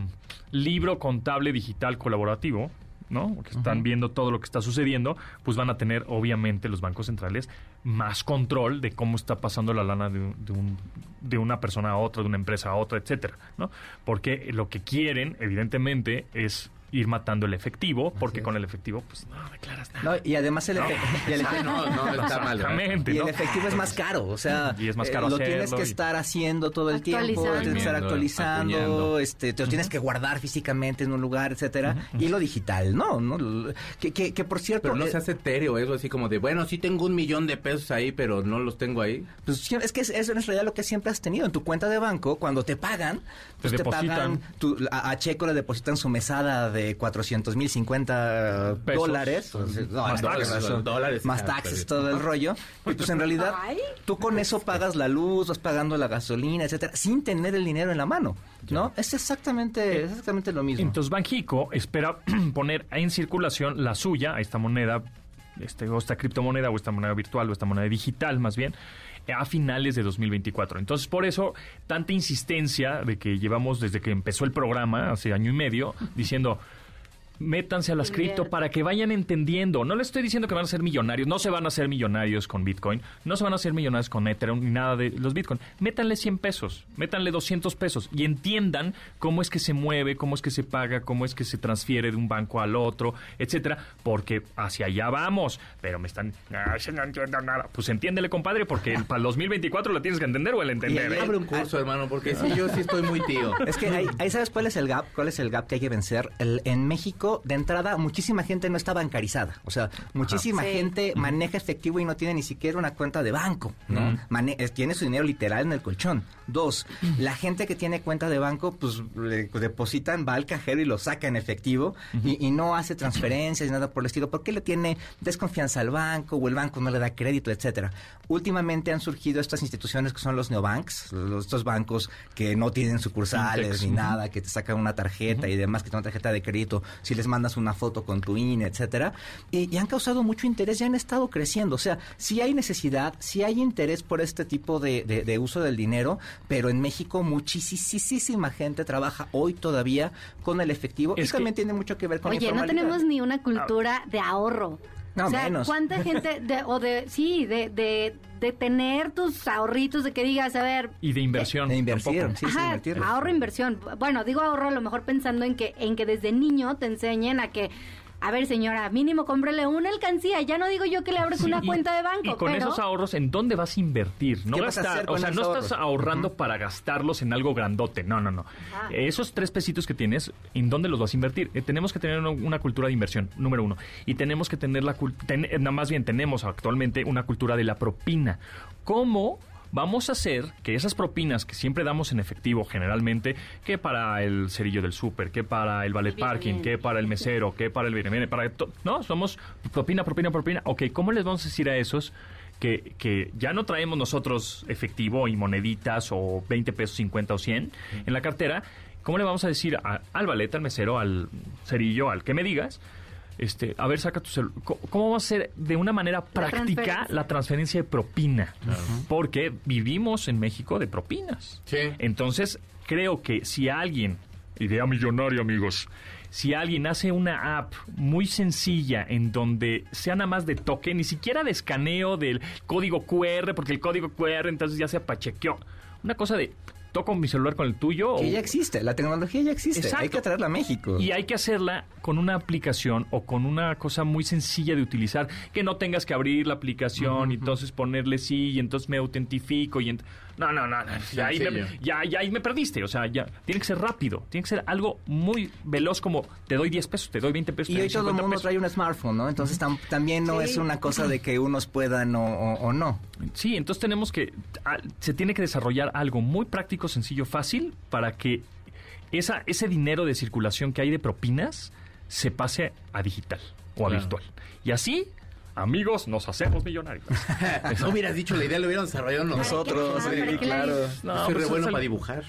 Speaker 2: libro contable digital colaborativo, ¿no? Que están viendo todo lo que está sucediendo, pues van a tener, obviamente, los bancos centrales más control de cómo está pasando la lana de, un- de un- de una persona a otra, de una empresa a otra, etcétera, ¿no? Porque lo que quieren, evidentemente, es ir matando el efectivo, porque con el efectivo, pues no declaras nada.
Speaker 3: No, Y además el, efe- y el efe-
Speaker 5: No, no, está mal.
Speaker 2: Exactamente,
Speaker 3: y el
Speaker 2: ¿no?
Speaker 3: efectivo es más caro, o sea,
Speaker 2: Y es más caro
Speaker 3: eh, lo tienes
Speaker 2: hacerlo
Speaker 3: que
Speaker 2: y-
Speaker 3: estar haciendo todo el tiempo,
Speaker 4: Actualizando.
Speaker 3: tienes que estar actualizando,
Speaker 5: Acuñando.
Speaker 3: este, te lo tienes que guardar físicamente en un lugar, etcétera, y lo digital, no, no, lo- que, que- que por cierto,
Speaker 5: Pero no
Speaker 3: eh,
Speaker 5: se hace etéreo eso, así como de, bueno, sí tengo un millón de pesos ahí, pero no los tengo ahí.
Speaker 3: Pues sí, es que es- eso es en realidad lo que siempre has tenido en tu cuenta de banco. Cuando te pagan, pues te,
Speaker 2: depositan.
Speaker 3: pagan. tu- a, a Checo le depositan su mesada de 400 mil 50
Speaker 2: Pesos.
Speaker 3: dólares.
Speaker 2: Más taxes,
Speaker 3: eso.
Speaker 5: dólares.
Speaker 3: Más
Speaker 5: Ah,
Speaker 3: taxes,
Speaker 5: pero-
Speaker 3: todo el rollo. Y pues en realidad,
Speaker 4: Ay.
Speaker 3: tú con eso pagas la luz, vas pagando la gasolina, etcétera, sin tener el dinero en la mano. ¿No? Es exactamente, es exactamente lo mismo.
Speaker 2: Entonces Banjico espera poner en circulación la suya, esta moneda, este, o esta criptomoneda, o esta moneda virtual, o esta moneda digital más bien, a finales de 2024. Entonces por eso tanta insistencia de que llevamos desde que empezó el programa, hace año y medio, diciendo... métanse a las cripto
Speaker 4: Invierte.
Speaker 2: para que vayan entendiendo. No les estoy diciendo que van a ser millonarios, no se van a ser millonarios con Bitcoin, no se van a hacer millonarios con Ethereum ni nada de los Bitcoin. Métanle 100 pesos, métanle 200 pesos y entiendan cómo es que se mueve, cómo es que se paga, cómo es que se transfiere de un banco al otro, etcétera, porque hacia allá vamos. Pero me están, "Ay, sí, no entiendo nada. Pues entiéndele, compadre, porque
Speaker 3: Ah.
Speaker 2: el- para el 2024 lo tienes que entender o el entender.
Speaker 3: Y ahí-
Speaker 2: ¿eh?
Speaker 5: Abre un curso, hermano, porque sí, yo sí estoy muy tío.
Speaker 3: Es que ahí, ahí sabes cuál es el gap, cuál es el gap que hay que vencer. El- en México, de entrada, muchísima gente no está bancarizada. O sea, muchísima
Speaker 4: Sí.
Speaker 3: gente maneja efectivo y no tiene ni siquiera una cuenta de banco, ¿no? Mane- es- tiene su dinero literal en el colchón. Dos, la gente que tiene cuenta de banco, pues le depositan, va al cajero y lo saca en efectivo y, y no hace transferencias, nada por el estilo, porque le tiene desconfianza al banco o el banco no le da crédito, etcétera. Últimamente han surgido estas instituciones que son los neobanks, los- estos bancos que no tienen sucursales
Speaker 2: Fintechs,
Speaker 3: ni
Speaker 2: ujú.
Speaker 3: nada, que te sacan una tarjeta y demás, que te dan una tarjeta de crédito, si les mandas una foto con tu INE, etcétera. Y, y han causado mucho interés, ya han estado creciendo. O sea, sí hay necesidad, sí hay interés por este tipo de, de- de uso del dinero, pero en México muchísima gente trabaja hoy todavía con el efectivo
Speaker 2: Es
Speaker 3: y
Speaker 2: que-
Speaker 3: también tiene mucho que ver con la
Speaker 4: Oye, no
Speaker 3: informalidad.
Speaker 4: tenemos ni una cultura de ahorro.
Speaker 3: No,
Speaker 4: o sea,
Speaker 3: menos.
Speaker 4: ¿cuánta gente, de, o de, sí, de, de, de tener tus ahorritos, de que digas, a ver,
Speaker 2: Y de inversión.
Speaker 3: De
Speaker 2: tampoco.
Speaker 3: inversión, E sí, sí,
Speaker 4: Ajá,
Speaker 3: invertirlo.
Speaker 4: ahorro inversión. Bueno, digo ahorro a lo mejor pensando en que en que desde niño te enseñen a que a ver, señora, mínimo cómprele una alcancía. Ya no digo yo que le abres
Speaker 2: Sí,
Speaker 4: una
Speaker 2: y-
Speaker 4: cuenta de banco,
Speaker 2: Y con
Speaker 4: pero
Speaker 2: esos ahorros, ¿en dónde vas a invertir? No
Speaker 3: ¿Qué vas a
Speaker 2: gastar,
Speaker 3: hacer con
Speaker 2: o sea, no
Speaker 3: esos
Speaker 2: estás
Speaker 3: ahorros?
Speaker 2: ahorrando para gastarlos en algo grandote. No, no, no.
Speaker 4: Ajá.
Speaker 2: Eh, Esos tres pesitos que tienes, ¿en dónde los vas a invertir? Eh, tenemos que tener una, una cultura de inversión, número uno. Y tenemos que tener la cultura, más bien tenemos actualmente una cultura de la propina. ¿Cómo? Vamos a hacer que esas propinas que siempre damos en efectivo generalmente, que para el cerillo del súper, que para el valet parking, que para el mesero, que para el viene, viene, para to- no, somos propina, propina, propina. Ok, ¿cómo les vamos a decir a esos que, que ya no traemos nosotros efectivo y moneditas o 20 pesos, 50 o 100 en la cartera? ¿Cómo le vamos a decir a- al valet, al mesero, al cerillo, al que me digas? Este, a ver, saca tu celular. ¿Cómo vamos a hacer de una manera práctica
Speaker 4: transferencia.
Speaker 2: la transferencia de propina? Porque vivimos en México de propinas.
Speaker 5: Sí.
Speaker 2: Entonces, creo que si alguien, idea millonaria, amigos, si alguien hace una app muy sencilla en donde sea nada más de toque, ni siquiera de escaneo del código QR, porque el código QR entonces ya se apachequeó. Una cosa de toco mi celular con el tuyo o-
Speaker 3: Que ya existe, la tecnología ya existe, hay
Speaker 2: Exacto.
Speaker 3: que traerla a México.
Speaker 2: y hay que hacerla con una aplicación o con una cosa muy sencilla de utilizar, que no tengas que abrir la aplicación y entonces ponerle sí y entonces me autentifico y ent- no, no, no, no, ya, ahí me,
Speaker 5: Sencillo.
Speaker 2: ya, ya ahí me perdiste, o sea, ya tiene que ser rápido, tiene que ser algo muy veloz como te doy 10 pesos, te doy 20 pesos,
Speaker 3: Y
Speaker 2: te doy
Speaker 3: hoy todo el
Speaker 2: 50
Speaker 3: mundo
Speaker 2: Pues pesos.
Speaker 3: trae un smartphone, ¿no? Entonces tam- también no es una cosa de que unos puedan o, o- o no.
Speaker 2: Sí, entonces tenemos que a- se tiene que desarrollar algo muy práctico, sencillo, fácil para que esa, ese dinero de circulación que hay de propinas se pase a digital o a
Speaker 5: Claro.
Speaker 2: virtual. Y así, amigos, nos hacemos millonarios.
Speaker 5: No hubieras dicho la idea, lo hubieran desarrollado nosotros.
Speaker 4: Ay, qué padre,
Speaker 5: sí,
Speaker 4: qué padre.
Speaker 5: Yo soy re
Speaker 2: pues,
Speaker 5: bueno
Speaker 2: sal-
Speaker 5: para dibujar.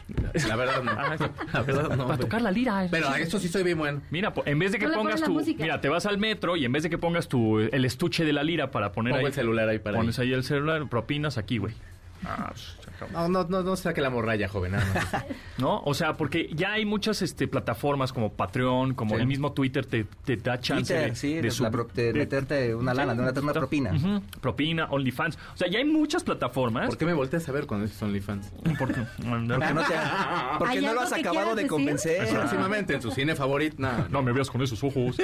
Speaker 5: La verdad no.
Speaker 2: Ah,
Speaker 5: La verdad no.
Speaker 2: para tocar la lira.
Speaker 5: Pero a eso sí soy bien bueno.
Speaker 2: Mira, po- en vez de que
Speaker 4: No le
Speaker 2: pongas
Speaker 4: pones la
Speaker 2: tu,
Speaker 4: música.
Speaker 2: mira, te vas al metro y en vez de que pongas tu el estuche de la lira para poner
Speaker 5: Pongo
Speaker 2: ahí
Speaker 5: el celular ahí para
Speaker 2: pones
Speaker 5: ahí.
Speaker 2: ahí el celular, propinas aquí, güey. Ah, se acabó.
Speaker 5: No, no, no, no saque la morralla, joven. nada más.
Speaker 2: ¿No? O sea, porque ya hay muchas este, plataformas como Patreon, como
Speaker 5: Sí.
Speaker 2: el mismo Twitter te, te da chance
Speaker 3: Twitter,
Speaker 2: de,
Speaker 3: sí,
Speaker 2: de
Speaker 3: de,
Speaker 2: sub-
Speaker 3: la pro- de
Speaker 2: de-
Speaker 3: meterte una lana, de una, una
Speaker 2: Está-
Speaker 3: propina.
Speaker 2: Ujú, Propina, OnlyFans. O sea, ya hay muchas plataformas.
Speaker 5: ¿Por qué me volteas a ver cuando dices OnlyFans?
Speaker 3: Eh.
Speaker 2: Porque-
Speaker 3: Porque no, te ha- porque
Speaker 4: ¿Hay
Speaker 3: no lo
Speaker 4: algo
Speaker 3: has
Speaker 4: que
Speaker 3: acabado de
Speaker 4: quieras decir?
Speaker 3: convencer.
Speaker 5: Próximamente en su cine favorito. No,
Speaker 2: no me veas con esos ojos.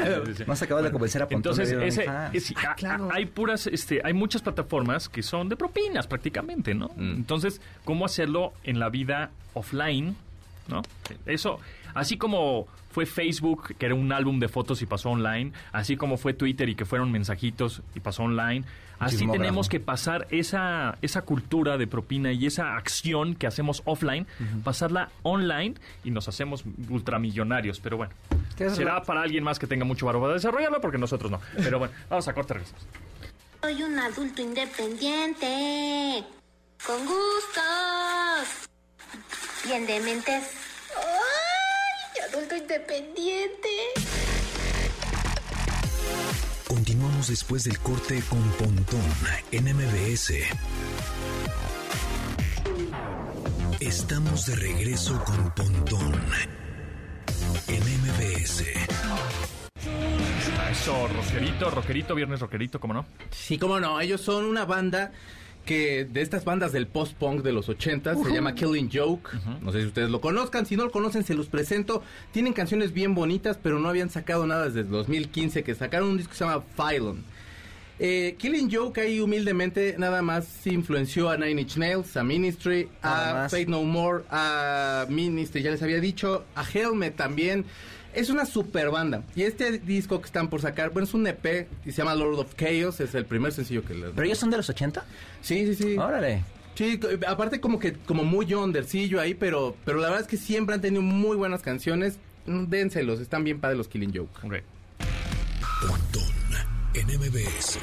Speaker 3: No has acabado de convencer a Pontón.
Speaker 2: Entonces,
Speaker 3: de ver
Speaker 2: ese,
Speaker 3: OnlyFans.
Speaker 2: es- a- a- hay puras, este, hay muchas plataformas que son de propinas prácticamente, ¿no? Entonces, ¿cómo hacerlo en la vida offline? ¿No? Eso, así como fue Facebook, que era un álbum de fotos y pasó online, así como fue Twitter y que fueron mensajitos y pasó online, así
Speaker 3: Chismógrafo.
Speaker 2: tenemos que pasar esa, esa cultura de propina y esa acción que hacemos offline, pasarla online y nos hacemos ultramillonarios. Pero bueno,
Speaker 3: ¿Qué es
Speaker 2: será
Speaker 3: la-
Speaker 2: para alguien más que tenga mucho barro para desarrollarlo, porque nosotros no. Pero bueno, vamos a corte regresamos.
Speaker 9: Soy un adulto independiente. Con gustos. Bien de mentes. ¡Ay! Adulto independiente.
Speaker 1: Continuamos después del corte con Pontón en MBS. Estamos de regreso con Pontón en MBS.
Speaker 2: Eso, rockerito, rockerito, viernes rockerito, ¿cómo no?
Speaker 5: Sí, cómo no, ellos son una banda que de estas bandas del post-punk de los 80 se llama Killing Joke. No sé si ustedes lo conozcan, si no lo conocen se los presento. Tienen canciones bien bonitas, pero no habían sacado nada desde el 2015 que sacaron un disco que se llama Phylon. Eh, Killing Joke ahí humildemente nada más influenció a Nine Inch Nails, a Ministry,
Speaker 3: Nada
Speaker 5: a
Speaker 3: más.
Speaker 5: Faith No More, a Ministry, ya les había dicho, a Helmet también. Es una super banda. Y este disco que están por sacar, bueno, es un EP y se llama Lord of Chaos, es el primer sencillo que les...
Speaker 3: ¿Pero ellos son de los 80?
Speaker 5: Sí, sí, sí.
Speaker 3: Órale.
Speaker 5: Sí, co- aparte como que como muy undercillo ahí, pero pero la verdad es que siempre han tenido muy buenas canciones. Mm, Dénselos, están bien padres los Killing Joke.
Speaker 2: Ok.
Speaker 1: Pontón en MBS.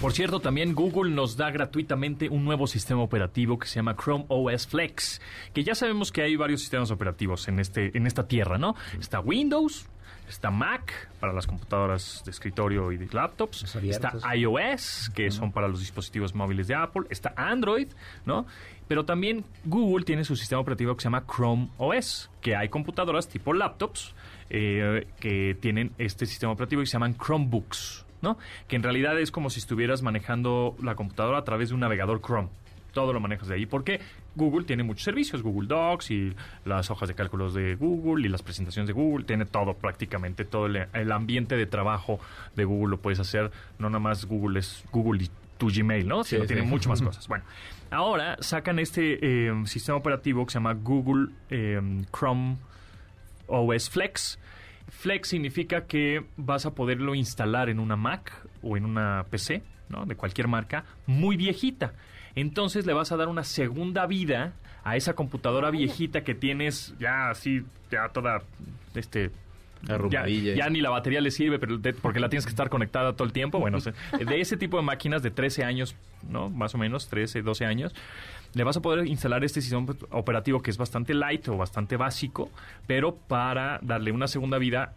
Speaker 2: Por cierto, también Google nos da gratuitamente un nuevo sistema operativo que se llama Chrome OS Flex, que ya sabemos que hay varios sistemas operativos en, este, en esta tierra, ¿no? Está Windows, está Mac para las computadoras de escritorio y de laptops,
Speaker 3: Los abiertos.
Speaker 2: está iOS, que son para los dispositivos móviles de Apple, está Android, ¿no? Pero también Google tiene su sistema operativo que se llama Chrome OS, que hay computadoras tipo laptops eh, que tienen este sistema operativo y se llaman Chromebooks, ¿no? Que en realidad es como si estuvieras manejando la computadora a través de un navegador Chrome. Todo lo manejas de ahí porque Google tiene muchos servicios, Google Docs y las hojas de cálculos de Google y las presentaciones de Google, tiene todo prácticamente, todo el, el ambiente de trabajo de Google lo puedes hacer, no nada más Google es Google y tu Gmail, ¿no?
Speaker 5: Sí,
Speaker 2: sino
Speaker 5: sí.
Speaker 2: tiene mucho más cosas. Bueno, ahora sacan este eh, sistema operativo que se llama Google eh, Chrome OS Flex. Flex significa que vas a poderlo instalar en una Mac o en una PC, ¿no? De cualquier marca, muy viejita. Entonces le vas a dar una segunda vida a esa computadora viejita que tienes ya así, ya toda, este... Ya,
Speaker 5: Arrugadilla.
Speaker 2: ya ni la batería le sirve, pero de- porque la tienes que estar conectada todo el tiempo. Bueno, o sea, de ese tipo de máquinas de 13 años, ¿no? Más o menos, 13, 12 años, le vas a poder instalar este sistema operativo que es bastante light o bastante básico, pero para darle una segunda vida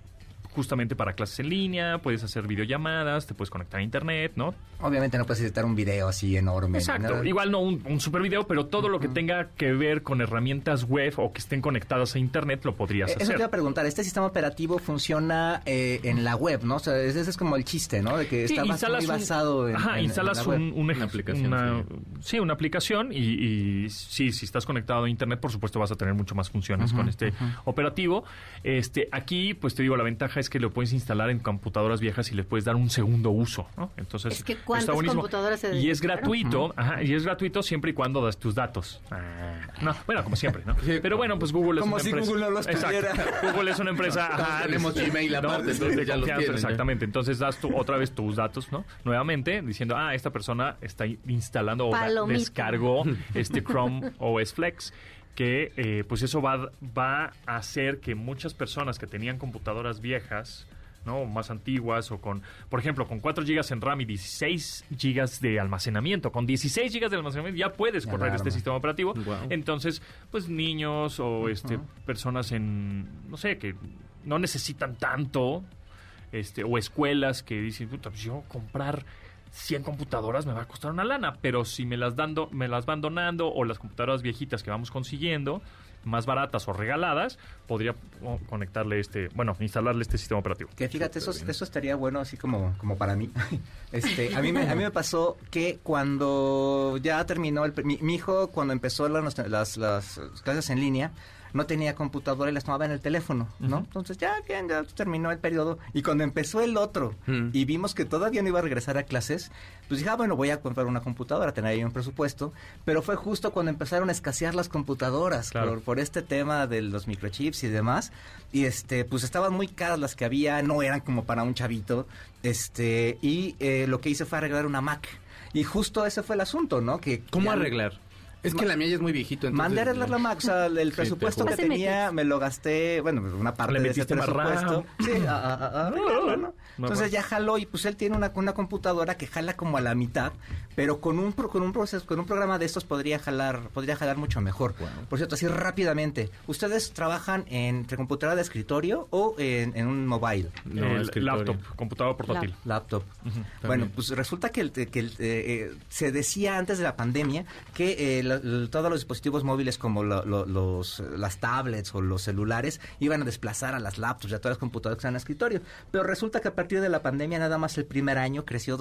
Speaker 2: justamente para clases en línea, puedes hacer videollamadas, te puedes conectar a internet, ¿no?
Speaker 3: Obviamente no puedes editar un video así enorme.
Speaker 2: Exacto,
Speaker 3: nada.
Speaker 2: igual no un, un super video, pero todo lo que tenga que ver con herramientas web o que estén conectadas a internet lo podrías
Speaker 3: Eh, Eso te
Speaker 2: hacer.
Speaker 3: iba a preguntar, este sistema operativo funciona eh, en la web, ¿no? O sea, ese ese es como el chiste, ¿no? De que
Speaker 2: Sí,
Speaker 3: está bas-
Speaker 2: instalas
Speaker 3: muy
Speaker 2: un-
Speaker 3: basado en,
Speaker 2: ajá,
Speaker 3: en- en
Speaker 2: instalas
Speaker 3: la web.
Speaker 2: un- un ej-
Speaker 5: Una aplicación,
Speaker 2: una-
Speaker 5: sí.
Speaker 2: sí, una aplicación y, y sí, si estás conectado a internet, por supuesto vas a tener mucho más funciones con este operativo. Este, aquí, pues te digo, la ventaja es que lo puedes instalar en computadoras viejas y le puedes dar un segundo uso, ¿no? Entonces
Speaker 4: Es que ¿cuántas computadoras se
Speaker 2: y es
Speaker 4: dedicaron?
Speaker 2: gratuito, ajá, y es gratuito siempre y cuando das tus datos. Ah, No, bueno, como siempre, ¿no?
Speaker 5: Sí.
Speaker 2: Pero bueno, pues Google es
Speaker 3: Como
Speaker 2: una
Speaker 3: si
Speaker 2: empresa.
Speaker 3: Google no los
Speaker 2: Exacto. Google es una empresa.
Speaker 5: Todos
Speaker 2: ajá,
Speaker 5: tenemos
Speaker 2: de-
Speaker 5: Gmail aparte, entonces
Speaker 2: de
Speaker 5: ya los
Speaker 2: confianza,
Speaker 5: tienen, ya.
Speaker 2: Exactamente. Entonces das tú otra vez tus datos, ¿no? Nuevamente diciendo, ah, esta persona está instalando o va-
Speaker 4: Palomita.
Speaker 2: descargó este Chrome OS Flex que eh, pues eso va, va a hacer que muchas personas que tenían computadoras viejas, ¿no? O más antiguas o con, por ejemplo, con 4 GB en RAM y 16 GB de almacenamiento, con 16 GB de almacenamiento ya puedes
Speaker 3: Ya
Speaker 2: correr
Speaker 3: la
Speaker 2: este
Speaker 3: arma.
Speaker 2: sistema operativo.
Speaker 5: Guau.
Speaker 2: Entonces, pues niños o este personas en no sé, que no necesitan tanto este o escuelas que dicen, "Puta, pues yo comprar 100 computadoras me va a costar una lana, pero si me las dando me las van donando o las computadoras viejitas que vamos consiguiendo más baratas o regaladas, podría o, conectarle este, bueno, instalarle este sistema operativo.
Speaker 3: Que fíjate, eso, eso estaría bueno así como, como para mí. Este, a, mí me, a mí me pasó que cuando ya terminó, el, pr- mi, mi hijo cuando empezó las, las, las clases en línea, no tenía computadora y las tomaba en el teléfono, ¿no? Entonces ya bien, ya terminó el periodo. Y cuando empezó el otro
Speaker 5: Mm.
Speaker 3: y vimos que todavía no iba a regresar a clases, pues dije, ah, bueno, voy a comprar una computadora, tener ahí un presupuesto. Pero fue justo cuando empezaron a escasear las computadoras
Speaker 2: Claro.
Speaker 3: por, por este tema de los microchips y demás. Y este, pues estaban muy caras las que había, no eran como para un chavito. Este, y eh, lo que hice fue arreglar una Mac. Y justo ese fue el asunto, ¿no? Que
Speaker 5: ¿Cómo
Speaker 3: ya-
Speaker 5: arreglar? Es que la mía ya es muy viejito, entonces.
Speaker 3: Mandé a arreglar la Mac, o sea, el presupuesto
Speaker 4: juro.
Speaker 3: que
Speaker 4: Páseme
Speaker 3: tenía me lo gasté, bueno, pues, una parte
Speaker 2: Le
Speaker 3: de ese
Speaker 2: metiste más
Speaker 3: presupuesto. Sí, a- a- a- a arreglarlo, ¿no?
Speaker 2: No,
Speaker 3: Entonces
Speaker 2: pues.
Speaker 3: ya jaló y pues él tiene una, una computadora que jala como a la mitad, pero con un pro- con un proceso, con un programa de estos podría jalar, podría jalar mucho mejor. Por cierto, así rápidamente, ¿ustedes trabajan entre computadora de escritorio o en, en un mobile?
Speaker 5: No,
Speaker 2: El
Speaker 5: escritorio.
Speaker 2: laptop, computadora portátil.
Speaker 3: Laptop. bueno, pues resulta que, el- que el- eh, eh, se decía antes de la pandemia que eh, la- la- todos los dispositivos móviles como lo- lo- los, eh, las tablets o los celulares iban a desplazar a las laptops y a todas las computadoras que están en el escritorio. Pero resulta que a partir de la pandemia nada más el primer año creció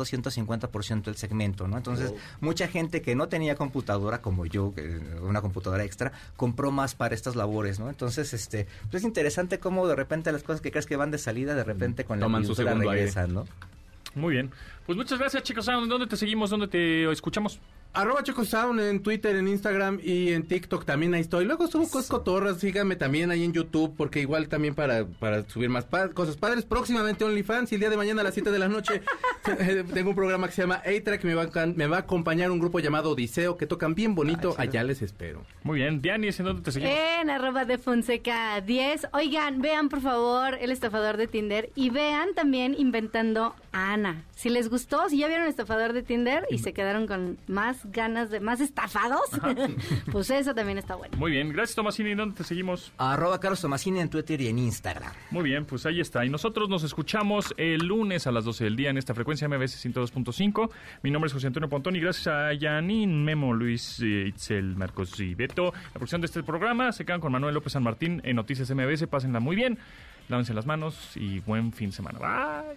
Speaker 3: 250% el segmento, ¿no? Entonces, mucha gente que no tenía computadora como yo, que, eh, una computadora extra, compró más para estas labores, ¿no? Entonces, este, pues es interesante cómo de repente las cosas que crees que van de salida, de repente con
Speaker 5: Mm. Toman
Speaker 3: la
Speaker 5: su
Speaker 3: cultura
Speaker 5: segundo aire.
Speaker 3: regresan, ¿no?
Speaker 2: Muy bien. Pues muchas gracias, chicos. ¿A ¿Dónde te seguimos? ¿Dónde te escuchamos?
Speaker 5: Arroba Chocosound en Twitter, en Instagram y en TikTok también ahí estoy. Luego subo cosas cotorras, síganme también ahí en YouTube porque igual también para, para subir más pa- cosas padres. Próximamente OnlyFans y el día de mañana a las 7 de la noche eh, tengo un programa que se llama A-Track. Me, va a can- me va a acompañar un grupo llamado Odiseo que tocan bien bonito. Allá les espero.
Speaker 2: Muy bien. Dianis, ¿en dónde te seguimos?
Speaker 4: En arroba de Fonseca 10. Oigan, vean por favor El estafador de Tinder y vean también Inventando a Ana. Si les gustó, si ya vieron El estafador de Tinder y se quedaron con más ganas de más estafados, pues eso también está bueno.
Speaker 2: Muy bien. Gracias, Tomasini. ¿En ¿Dónde te seguimos?
Speaker 3: Arroba Carlos Tomasini en Twitter y en Instagram.
Speaker 2: Muy bien, pues ahí está. Y nosotros nos escuchamos el lunes a las 12 del día en esta frecuencia MBS 102.5. Mi nombre es José Antonio Pontón y gracias a Yanin, Memo, Luis, eh, Itzel, Marcos y Beto. La producción de este programa se quedan con Manuel López San Martín en Noticias MBS. Pásenla muy bien, lávense las manos y buen fin de semana. Bye.